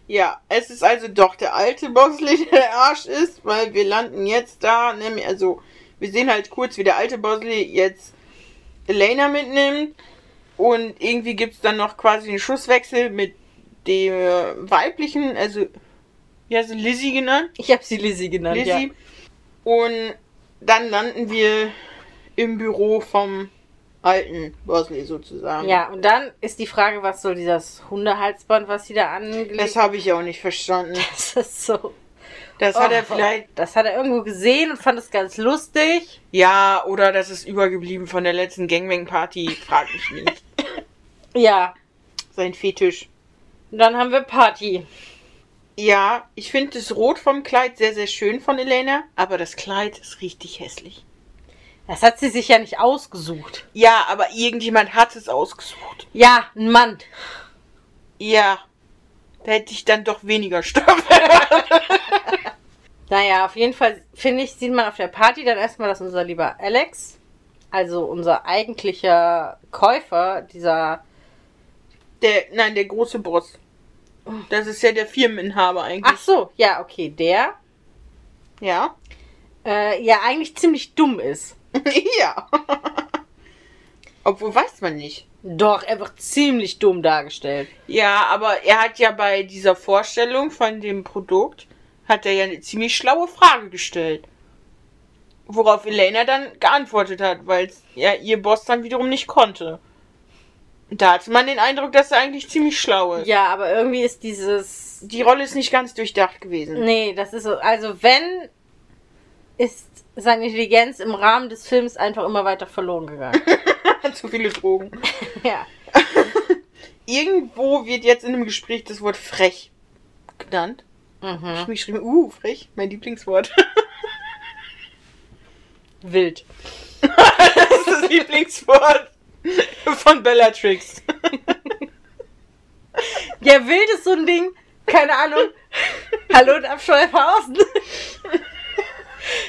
[SPEAKER 1] Ja, es ist also doch der alte Bosley, der der Arsch ist, weil wir landen jetzt da, nämlich, also wir sehen halt kurz, wie der alte Bosley jetzt Elena mitnimmt und irgendwie gibt's dann noch quasi einen Schusswechsel mit der weiblichen, also, ja, so Lizzie genannt.
[SPEAKER 2] Ich habe sie Lizzie genannt.
[SPEAKER 1] Lizzie. Und dann landen wir im Büro vom alten Bosley
[SPEAKER 2] Ja.
[SPEAKER 1] sozusagen.
[SPEAKER 2] ja, und dann ist die Frage, was soll dieses Hundehalsband, was sie da angelegt
[SPEAKER 1] Das habe ich auch nicht verstanden.
[SPEAKER 2] Das ist so.
[SPEAKER 1] Das hat er
[SPEAKER 2] Oh,
[SPEAKER 1] vielleicht
[SPEAKER 2] Das hat er irgendwo gesehen und fand es ganz lustig.
[SPEAKER 1] Ja, oder das ist übergeblieben von der letzten Gangbang-Party, frag mich nicht.
[SPEAKER 2] Ja.
[SPEAKER 1] Sein Fetisch.
[SPEAKER 2] Und dann haben wir Party.
[SPEAKER 1] Ja, ich finde das Rot vom Kleid sehr, sehr schön von Elena, aber das Kleid ist richtig hässlich.
[SPEAKER 2] Das hat sie sich ja nicht ausgesucht.
[SPEAKER 1] Ja, aber irgendjemand hat es ausgesucht.
[SPEAKER 2] Ja, ein Mann.
[SPEAKER 1] Ja, da hätte ich dann doch weniger Stoff.
[SPEAKER 2] Naja, auf jeden Fall, finde ich, sieht man auf der Party dann erstmal, dass unser lieber Alex, also unser eigentlicher Käufer, dieser.
[SPEAKER 1] Der, nein, der große Boss. Das ist ja der Firmeninhaber
[SPEAKER 2] Ach
[SPEAKER 1] eigentlich.
[SPEAKER 2] so, ja, okay, der.
[SPEAKER 1] Ja?
[SPEAKER 2] Äh, ja, eigentlich ziemlich dumm ist.
[SPEAKER 1] ja. Obwohl weiß man nicht.
[SPEAKER 2] Doch, er wird ziemlich dumm dargestellt.
[SPEAKER 1] Ja, aber er hat ja bei dieser Vorstellung von dem Produkt, hat er ja eine ziemlich schlaue Frage gestellt. Worauf Elena dann geantwortet hat, weil ja ihr Boss dann wiederum nicht konnte. Da hatte man den Eindruck, dass er eigentlich ziemlich schlau ist.
[SPEAKER 2] Ja, aber irgendwie ist dieses.
[SPEAKER 1] Die Rolle ist nicht ganz durchdacht gewesen.
[SPEAKER 2] Nee, das ist so. Also, wenn. Ist seine Intelligenz im Rahmen des Films einfach immer weiter verloren gegangen.
[SPEAKER 1] Zu viele Drogen.
[SPEAKER 2] ja.
[SPEAKER 1] Irgendwo wird jetzt in einem Gespräch das Wort frech genannt.
[SPEAKER 2] Mhm.
[SPEAKER 1] Ich habe geschrieben, uh, frech, mein Lieblingswort.
[SPEAKER 2] Wild.
[SPEAKER 1] Das ist das Lieblingswort von Bellatrix.
[SPEAKER 2] Ja, wild ist so ein Ding. Keine Ahnung. Hallo und Abscheuerhausen.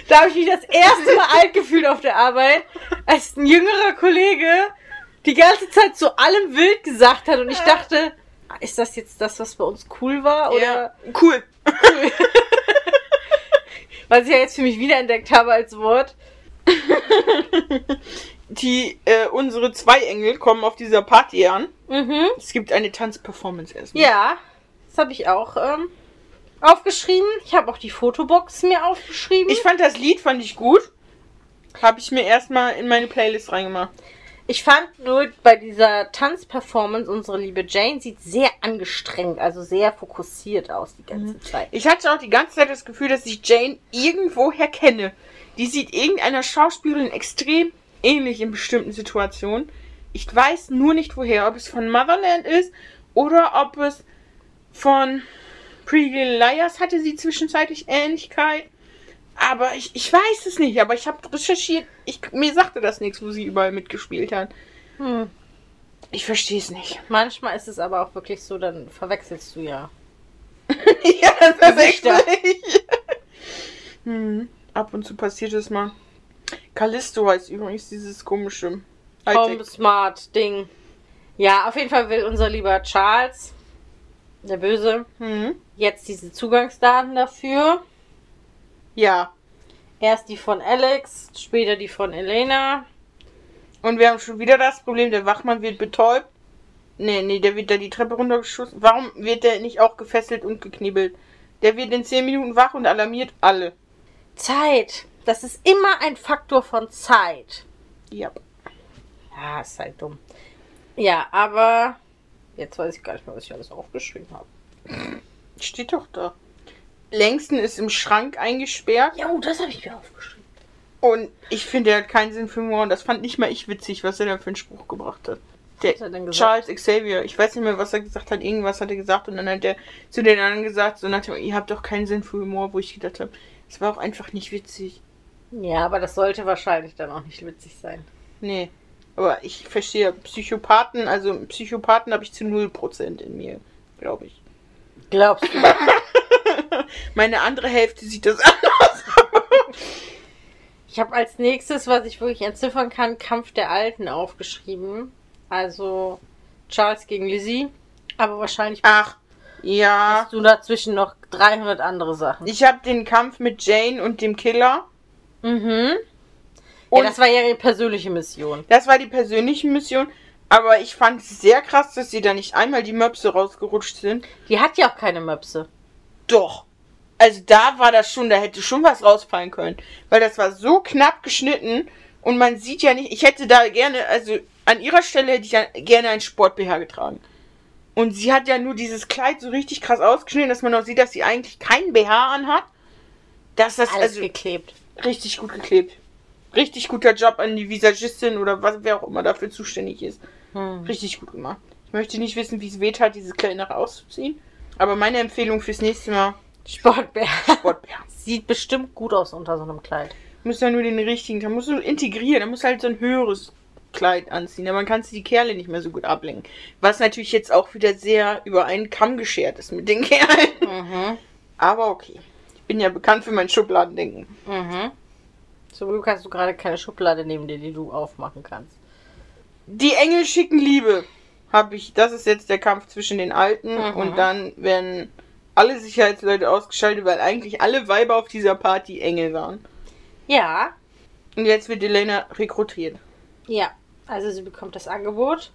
[SPEAKER 2] Da habe ich mich das erste Mal alt gefühlt auf der Arbeit, als ein jüngerer Kollege die ganze Zeit zu allem wild gesagt hat und ich dachte, ist das jetzt das, was bei uns cool war? Oder
[SPEAKER 1] Cool.
[SPEAKER 2] was ich ja jetzt für mich wiederentdeckt habe als Wort.
[SPEAKER 1] Die, äh, unsere zwei Engel kommen auf dieser Party an.
[SPEAKER 2] Mhm.
[SPEAKER 1] Es gibt eine Tanzperformance erstmal.
[SPEAKER 2] Ja, das habe ich auch ähm, aufgeschrieben. Ich habe auch die Fotobox mir aufgeschrieben.
[SPEAKER 1] Ich fand das Lied, fand ich gut. Habe ich mir erstmal in meine Playlist reingemacht.
[SPEAKER 2] Ich fand nur bei dieser Tanzperformance, unsere liebe Jane sieht sehr angestrengt, also sehr fokussiert aus die ganze Zeit.
[SPEAKER 1] Ich hatte auch die ganze Zeit das Gefühl, dass ich Jane irgendwoher kenne. Die sieht irgendeiner Schauspielerin extrem ähnlich in bestimmten Situationen. Ich weiß nur nicht woher, ob es von Motherland ist oder ob es von Pretty Liars hatte sie zwischenzeitlich Ähnlichkeit. Aber ich, ich weiß es nicht, aber ich habe recherchiert. Ich, mir sagte das nichts, wo sie überall mitgespielt hat.
[SPEAKER 2] Hm.
[SPEAKER 1] Ich verstehe es nicht.
[SPEAKER 2] Manchmal ist es aber auch wirklich so, dann verwechselst du ja.
[SPEAKER 1] ja, das ist echt
[SPEAKER 2] Gesichter.
[SPEAKER 1] nicht. hm, ab und zu passiert es mal. Callisto heißt übrigens dieses komische
[SPEAKER 2] Home
[SPEAKER 1] Hightech.
[SPEAKER 2] Smart Ding. Ja, auf jeden Fall will unser lieber Charles, der Böse,
[SPEAKER 1] Hm?
[SPEAKER 2] jetzt diese Zugangsdaten dafür.
[SPEAKER 1] Ja.
[SPEAKER 2] Erst die von Alex, später die von Elena.
[SPEAKER 1] Und wir haben schon wieder das Problem, der Wachmann wird betäubt. Nee, nee, der wird da die Treppe runtergeschossen. Warum wird der nicht auch gefesselt und geknibbelt? Der wird in 10 Minuten wach und alarmiert alle.
[SPEAKER 2] Zeit. Das ist immer ein Faktor von Zeit.
[SPEAKER 1] Ja.
[SPEAKER 2] Ja, ist halt dumm. Ja, aber jetzt weiß ich gar nicht mehr, was ich alles aufgeschrieben habe.
[SPEAKER 1] Steht doch da. Längsten ist im Schrank eingesperrt.
[SPEAKER 2] Ja, oh, das habe ich mir aufgeschrieben.
[SPEAKER 1] Und ich finde, er hat keinen Sinn für Humor. Und das fand nicht mal ich witzig, was er da für einen Spruch gebracht hat. Der
[SPEAKER 2] Was hat er denn gesagt?
[SPEAKER 1] Charles Xavier, ich weiß nicht mehr, was er gesagt hat. Irgendwas hat er gesagt. Und dann hat er zu den anderen gesagt, so nach dem, ihr habt doch keinen Sinn für Humor, wo ich gedacht habe, es war auch einfach nicht witzig.
[SPEAKER 2] Ja, aber das sollte wahrscheinlich dann auch nicht witzig sein.
[SPEAKER 1] Nee. Aber ich verstehe Psychopathen, also Psychopathen habe ich zu 0% in mir, glaube ich.
[SPEAKER 2] Glaubst du?
[SPEAKER 1] Meine andere Hälfte sieht das anders.
[SPEAKER 2] Ich habe als nächstes, was ich wirklich entziffern kann, Kampf der Alten aufgeschrieben. Also Charles gegen Lizzie. Aber wahrscheinlich
[SPEAKER 1] Ach, ja.
[SPEAKER 2] hast du dazwischen noch 300 andere Sachen.
[SPEAKER 1] Ich habe den Kampf mit Jane und dem Killer.
[SPEAKER 2] Mhm. Ja,
[SPEAKER 1] Und
[SPEAKER 2] das war ja ihre persönliche Mission.
[SPEAKER 1] Das war die persönliche Mission, aber ich fand es sehr krass, dass sie da nicht einmal die Möpse rausgerutscht sind.
[SPEAKER 2] Die hat ja auch keine Möpse.
[SPEAKER 1] Doch. Also da war das schon, da hätte schon was rausfallen können. Weil das war so knapp geschnitten und man sieht ja nicht, ich hätte da gerne, also an ihrer Stelle hätte ich ja gerne einen Sport-BH getragen. Und sie hat ja nur dieses Kleid so richtig krass ausgeschnitten, dass man auch sieht, dass sie eigentlich keinen BH anhat. Dass das
[SPEAKER 2] Alles
[SPEAKER 1] also
[SPEAKER 2] geklebt.
[SPEAKER 1] richtig gut geklebt. Richtig guter Job an die Visagistin oder was, wer auch immer dafür zuständig ist.
[SPEAKER 2] Hm.
[SPEAKER 1] Richtig gut gemacht. Ich möchte nicht wissen, wie es weht hat, dieses Kleid nachher auszuziehen. Aber meine Empfehlung fürs nächste Mal,
[SPEAKER 2] Sportbär.
[SPEAKER 1] Sportbär.
[SPEAKER 2] Sieht bestimmt gut aus unter so einem Kleid.
[SPEAKER 1] Muss ja nur den richtigen, da musst du integrieren, da musst du halt so ein höheres Kleid anziehen. Aber man kannst die Kerle nicht mehr so gut ablenken. Was natürlich jetzt auch wieder sehr über einen Kamm geschert ist mit den Kerlen.
[SPEAKER 2] Mhm.
[SPEAKER 1] Aber okay. Ich bin ja bekannt für mein Schubladendenken.
[SPEAKER 2] Mhm. Zum Glück hast du gerade keine Schublade neben dir, die du aufmachen kannst.
[SPEAKER 1] Die Engel schicken Liebe. Hab ich, das ist jetzt der Kampf zwischen den Alten
[SPEAKER 2] Mhm.
[SPEAKER 1] und dann werden alle Sicherheitsleute ausgeschaltet, weil eigentlich alle Weiber auf dieser Party Engel waren.
[SPEAKER 2] Ja,
[SPEAKER 1] Und jetzt wird Elena rekrutiert.
[SPEAKER 2] ja. Also sie bekommt das Angebot.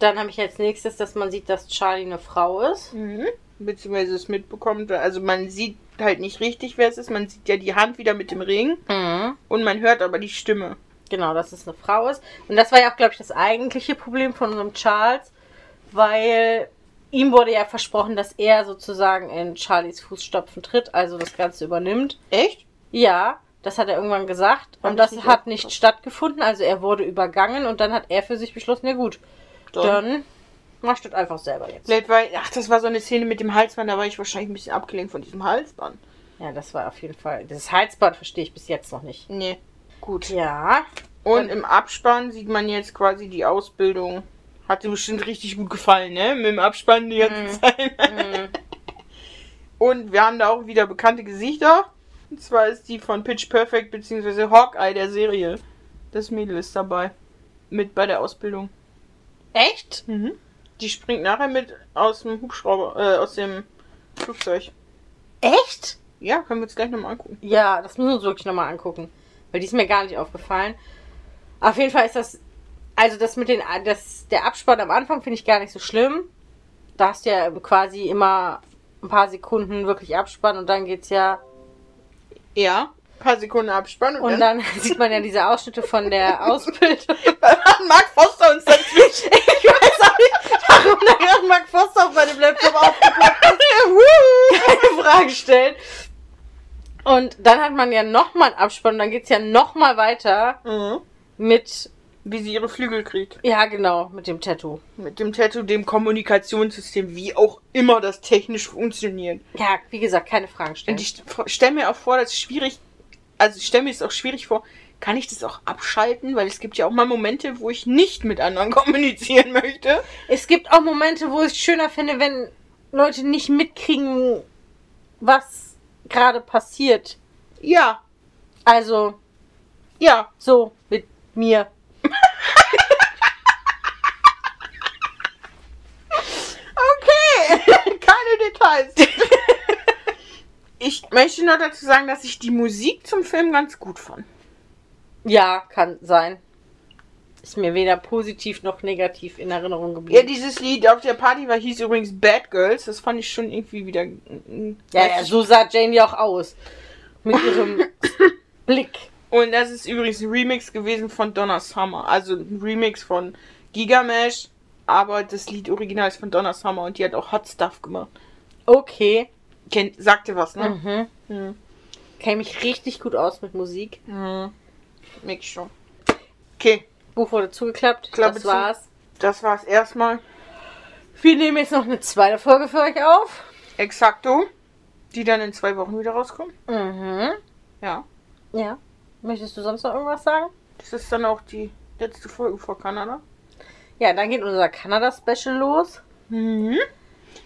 [SPEAKER 2] Dann habe ich als nächstes, dass man sieht, dass Charlie eine Frau ist.
[SPEAKER 1] Mhm. Beziehungsweise es mitbekommt. Also man sieht halt nicht richtig, wer es ist. Man sieht ja die Hand wieder mit dem Ring
[SPEAKER 2] Mhm.
[SPEAKER 1] und man hört aber die Stimme.
[SPEAKER 2] Genau, dass es eine Frau ist. Und das war ja auch, glaube ich, das eigentliche Problem von unserem Charles, weil ihm wurde ja versprochen, dass er sozusagen in Charlies Fußstapfen tritt, also das Ganze übernimmt.
[SPEAKER 1] Echt?
[SPEAKER 2] Ja, das hat er irgendwann gesagt.
[SPEAKER 1] Hab ich
[SPEAKER 2] und das
[SPEAKER 1] nicht
[SPEAKER 2] hat
[SPEAKER 1] aufgepasst.
[SPEAKER 2] nicht stattgefunden. Also er wurde übergangen und dann hat er für sich beschlossen, ja gut,
[SPEAKER 1] Dann.
[SPEAKER 2] dann machst du das einfach selber jetzt.
[SPEAKER 1] Vielleicht war, ach, das war so eine Szene mit dem Halsband, da war ich wahrscheinlich ein bisschen abgelenkt von diesem Halsband.
[SPEAKER 2] Ja, das war auf jeden Fall. Das Halsband verstehe ich bis jetzt noch nicht.
[SPEAKER 1] Nee. Gut.
[SPEAKER 2] Ja. Äh,
[SPEAKER 1] Und im Abspann sieht man jetzt quasi die Ausbildung. Hat dir bestimmt richtig gut gefallen, ne? Mit dem Abspann die ganze Zeit.
[SPEAKER 2] Mhm.
[SPEAKER 1] Und wir haben da auch wieder bekannte Gesichter. Und zwar ist die von Pitch Perfect bzw. Hawkeye der Serie. Das Mädel ist dabei. Mit bei der Ausbildung.
[SPEAKER 2] Echt?
[SPEAKER 1] Die springt nachher mit aus dem Hubschrauber, äh, aus dem Flugzeug.
[SPEAKER 2] Echt?
[SPEAKER 1] Ja, können wir uns gleich nochmal angucken.
[SPEAKER 2] Ja, das müssen wir uns wirklich nochmal angucken. Weil die ist mir gar nicht aufgefallen. Auf jeden Fall ist das. Also das mit den. Das, der Abspann am Anfang finde ich gar nicht so schlimm. Da hast du ja quasi immer ein paar Sekunden wirklich Abspann und dann geht's ja.
[SPEAKER 1] Ja, ein paar Sekunden abspannen
[SPEAKER 2] Und dann sieht man ja diese Ausschnitte von der Ausbildung.
[SPEAKER 1] dann Mark Foster uns dazwischen. ich weiß auch nicht, warum da gerade Mark Foster auf meinem Laptop aufgeploppt ist. Wuhu.
[SPEAKER 2] Keine Frage stellen. Und dann hat man ja nochmal einen Abspann und dann geht's ja nochmal weiter
[SPEAKER 1] Mhm.
[SPEAKER 2] mit.
[SPEAKER 1] Wie sie ihre Flügel kriegt.
[SPEAKER 2] Ja, genau, mit dem Tattoo.
[SPEAKER 1] Mit dem Tattoo, dem Kommunikationssystem, wie auch immer das technisch funktioniert.
[SPEAKER 2] Ja, wie gesagt, keine Fragen stellen.
[SPEAKER 1] Und ich stelle mir auch vor, dass es schwierig, also ich stelle mir es auch schwierig vor, kann ich das auch abschalten? Weil es gibt ja auch mal Momente, wo ich nicht mit anderen kommunizieren möchte.
[SPEAKER 2] Es gibt auch Momente, wo ich es schöner finde, wenn Leute nicht mitkriegen, was gerade passiert.
[SPEAKER 1] Ja,
[SPEAKER 2] Also,
[SPEAKER 1] ja.
[SPEAKER 2] so mit mir.
[SPEAKER 1] Okay, keine Details. ich möchte nur dazu sagen, dass ich die Musik zum Film ganz gut fand.
[SPEAKER 2] Ja, kann sein. Ist mir weder positiv noch negativ in Erinnerung
[SPEAKER 1] Ja,
[SPEAKER 2] geblieben.
[SPEAKER 1] dieses Lied auf der Party war, hieß übrigens Bad Girls. Das fand ich schon irgendwie wieder.
[SPEAKER 2] Ja, ja, so sah Jane ja auch aus. Mit ihrem Blick.
[SPEAKER 1] Und das ist übrigens ein Remix gewesen von Donna Summer. Also ein Remix von Gigamesh. Aber das Lied original ist von Donna Summer und die hat auch Hot Stuff gemacht.
[SPEAKER 2] Okay.
[SPEAKER 1] Kennt, sagt ihr was, ne?
[SPEAKER 2] Mhm. Kenne mich richtig gut aus mit Musik.
[SPEAKER 1] Mhm. Mix schon. Okay,
[SPEAKER 2] Buch wurde zugeklappt.
[SPEAKER 1] Klappe
[SPEAKER 2] das
[SPEAKER 1] zu.
[SPEAKER 2] war's.
[SPEAKER 1] das war's erstmal.
[SPEAKER 2] Wir nehmen jetzt noch eine zweite Folge für euch auf.
[SPEAKER 1] Exacto. Die dann in zwei Wochen wieder rauskommt.
[SPEAKER 2] Mhm.
[SPEAKER 1] Ja.
[SPEAKER 2] Ja. Möchtest du sonst noch irgendwas sagen?
[SPEAKER 1] Das ist dann auch die letzte Folge vor Kanada.
[SPEAKER 2] Ja, dann geht unser Kanada-Special los.
[SPEAKER 1] Mhm.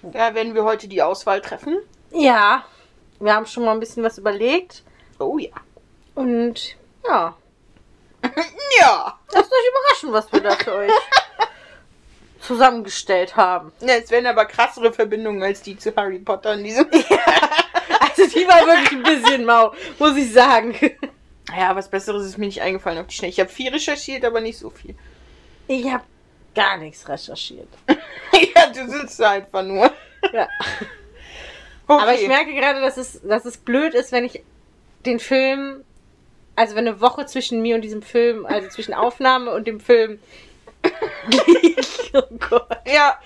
[SPEAKER 1] Da werden wir heute die Auswahl treffen.
[SPEAKER 2] Ja. Wir haben schon mal ein bisschen was überlegt.
[SPEAKER 1] Oh ja.
[SPEAKER 2] Und ja,
[SPEAKER 1] Ja.
[SPEAKER 2] lasst euch überraschen, was wir da für euch zusammengestellt haben.
[SPEAKER 1] Ja, es werden aber krassere Verbindungen als die zu Harry Potter in diesem.
[SPEAKER 2] Also die war wirklich ein bisschen mau, muss ich sagen.
[SPEAKER 1] Ja, was Besseres ist mir nicht eingefallen auf die Schnelle. Ich habe viel recherchiert, aber nicht so viel.
[SPEAKER 2] Ich habe gar nichts recherchiert.
[SPEAKER 1] ja, du sitzt da einfach nur.
[SPEAKER 2] Ja.
[SPEAKER 1] Okay.
[SPEAKER 2] Aber ich merke gerade, dass es, dass es blöd ist, wenn ich den Film, also wenn eine Woche zwischen mir und diesem Film, also zwischen Aufnahme und dem Film liegt. oh Gott.
[SPEAKER 1] Ja.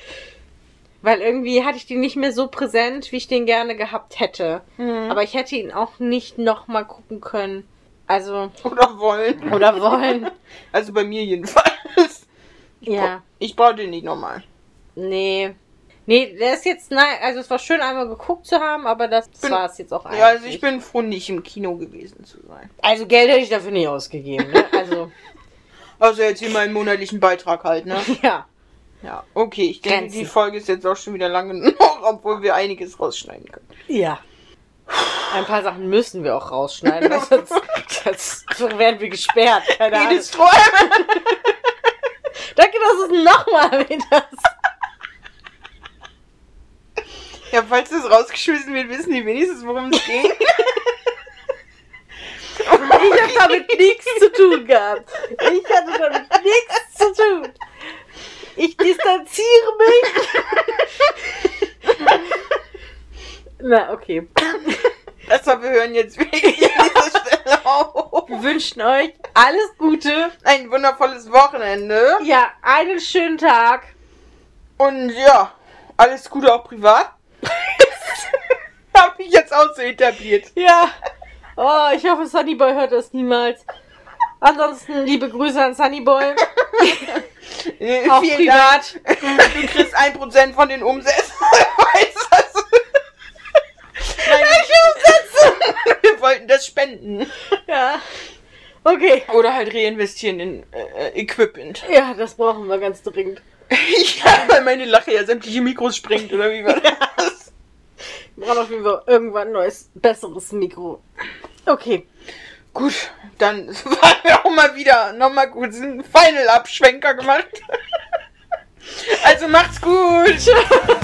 [SPEAKER 2] Weil irgendwie hatte ich den nicht mehr so präsent, wie ich den gerne gehabt hätte.
[SPEAKER 1] Mhm.
[SPEAKER 2] Aber ich hätte ihn auch nicht nochmal gucken können. Also,
[SPEAKER 1] Oder wollen.
[SPEAKER 2] oder wollen.
[SPEAKER 1] Also bei mir jedenfalls.
[SPEAKER 2] ja.
[SPEAKER 1] Ich brauche den nicht nochmal.
[SPEAKER 2] Nee. Nee, der ist jetzt, nein, also es war schön, einmal geguckt zu haben, aber das, das
[SPEAKER 1] Bin-
[SPEAKER 2] war es jetzt auch eigentlich.
[SPEAKER 1] Ja, also ich bin froh, nicht im Kino gewesen zu sein.
[SPEAKER 2] Also Geld hätte ich dafür nicht ausgegeben, ne? Also,
[SPEAKER 1] Also jetzt hier meinen monatlichen Beitrag halt, ne?
[SPEAKER 2] ja.
[SPEAKER 1] Ja. Okay, ich denke,
[SPEAKER 2] Grenzen.
[SPEAKER 1] die Folge ist jetzt auch schon wieder lang genug, obwohl wir einiges rausschneiden können.
[SPEAKER 2] Ja. Ein paar Sachen müssen wir auch rausschneiden, weil sonst, sonst werden wir gesperrt. Keine Ahnung.
[SPEAKER 1] Jedes Träumen.
[SPEAKER 2] Danke, dass du es nochmal erwähnt hast.
[SPEAKER 1] Ja, falls das rausgeschmissen wird, wissen die wenigstens, worum es ging.
[SPEAKER 2] Ich habe damit nichts zu tun gehabt. Ich hatte damit nichts zu tun. Ich distanziere mich. Na, okay.
[SPEAKER 1] Deshalb, wir hören jetzt wirklich an dieser Stelle auf.
[SPEAKER 2] Wir wünschen euch alles Gute.
[SPEAKER 1] Ein wundervolles Wochenende.
[SPEAKER 2] Ja, einen schönen Tag.
[SPEAKER 1] Und ja, alles Gute auch privat. Hab ich jetzt auch so etabliert.
[SPEAKER 2] Ja. Oh, ich hoffe, Sunnyboy hört das niemals. Ansonsten liebe Grüße an Sunnyboy.
[SPEAKER 1] Äh,
[SPEAKER 2] Auch
[SPEAKER 1] vielen
[SPEAKER 2] privat.
[SPEAKER 1] Dank. Du kriegst 1% von den Umsätzen. Weißt du, also- Welche Umsätze? Wir wollten das spenden.
[SPEAKER 2] Ja. Okay.
[SPEAKER 1] Oder halt reinvestieren in äh, äh, Equipment.
[SPEAKER 2] Ja, das brauchen wir ganz dringend.
[SPEAKER 1] ja, weil meine Lache ja sämtliche Mikros springt, oder wie war das?
[SPEAKER 2] Wir brauchen auf jeden Fall irgendwann ein neues, besseres Mikro. Okay.
[SPEAKER 1] Gut, dann waren wir auch mal wieder nochmal kurz einen Final-Abschwenker gemacht. also macht's gut.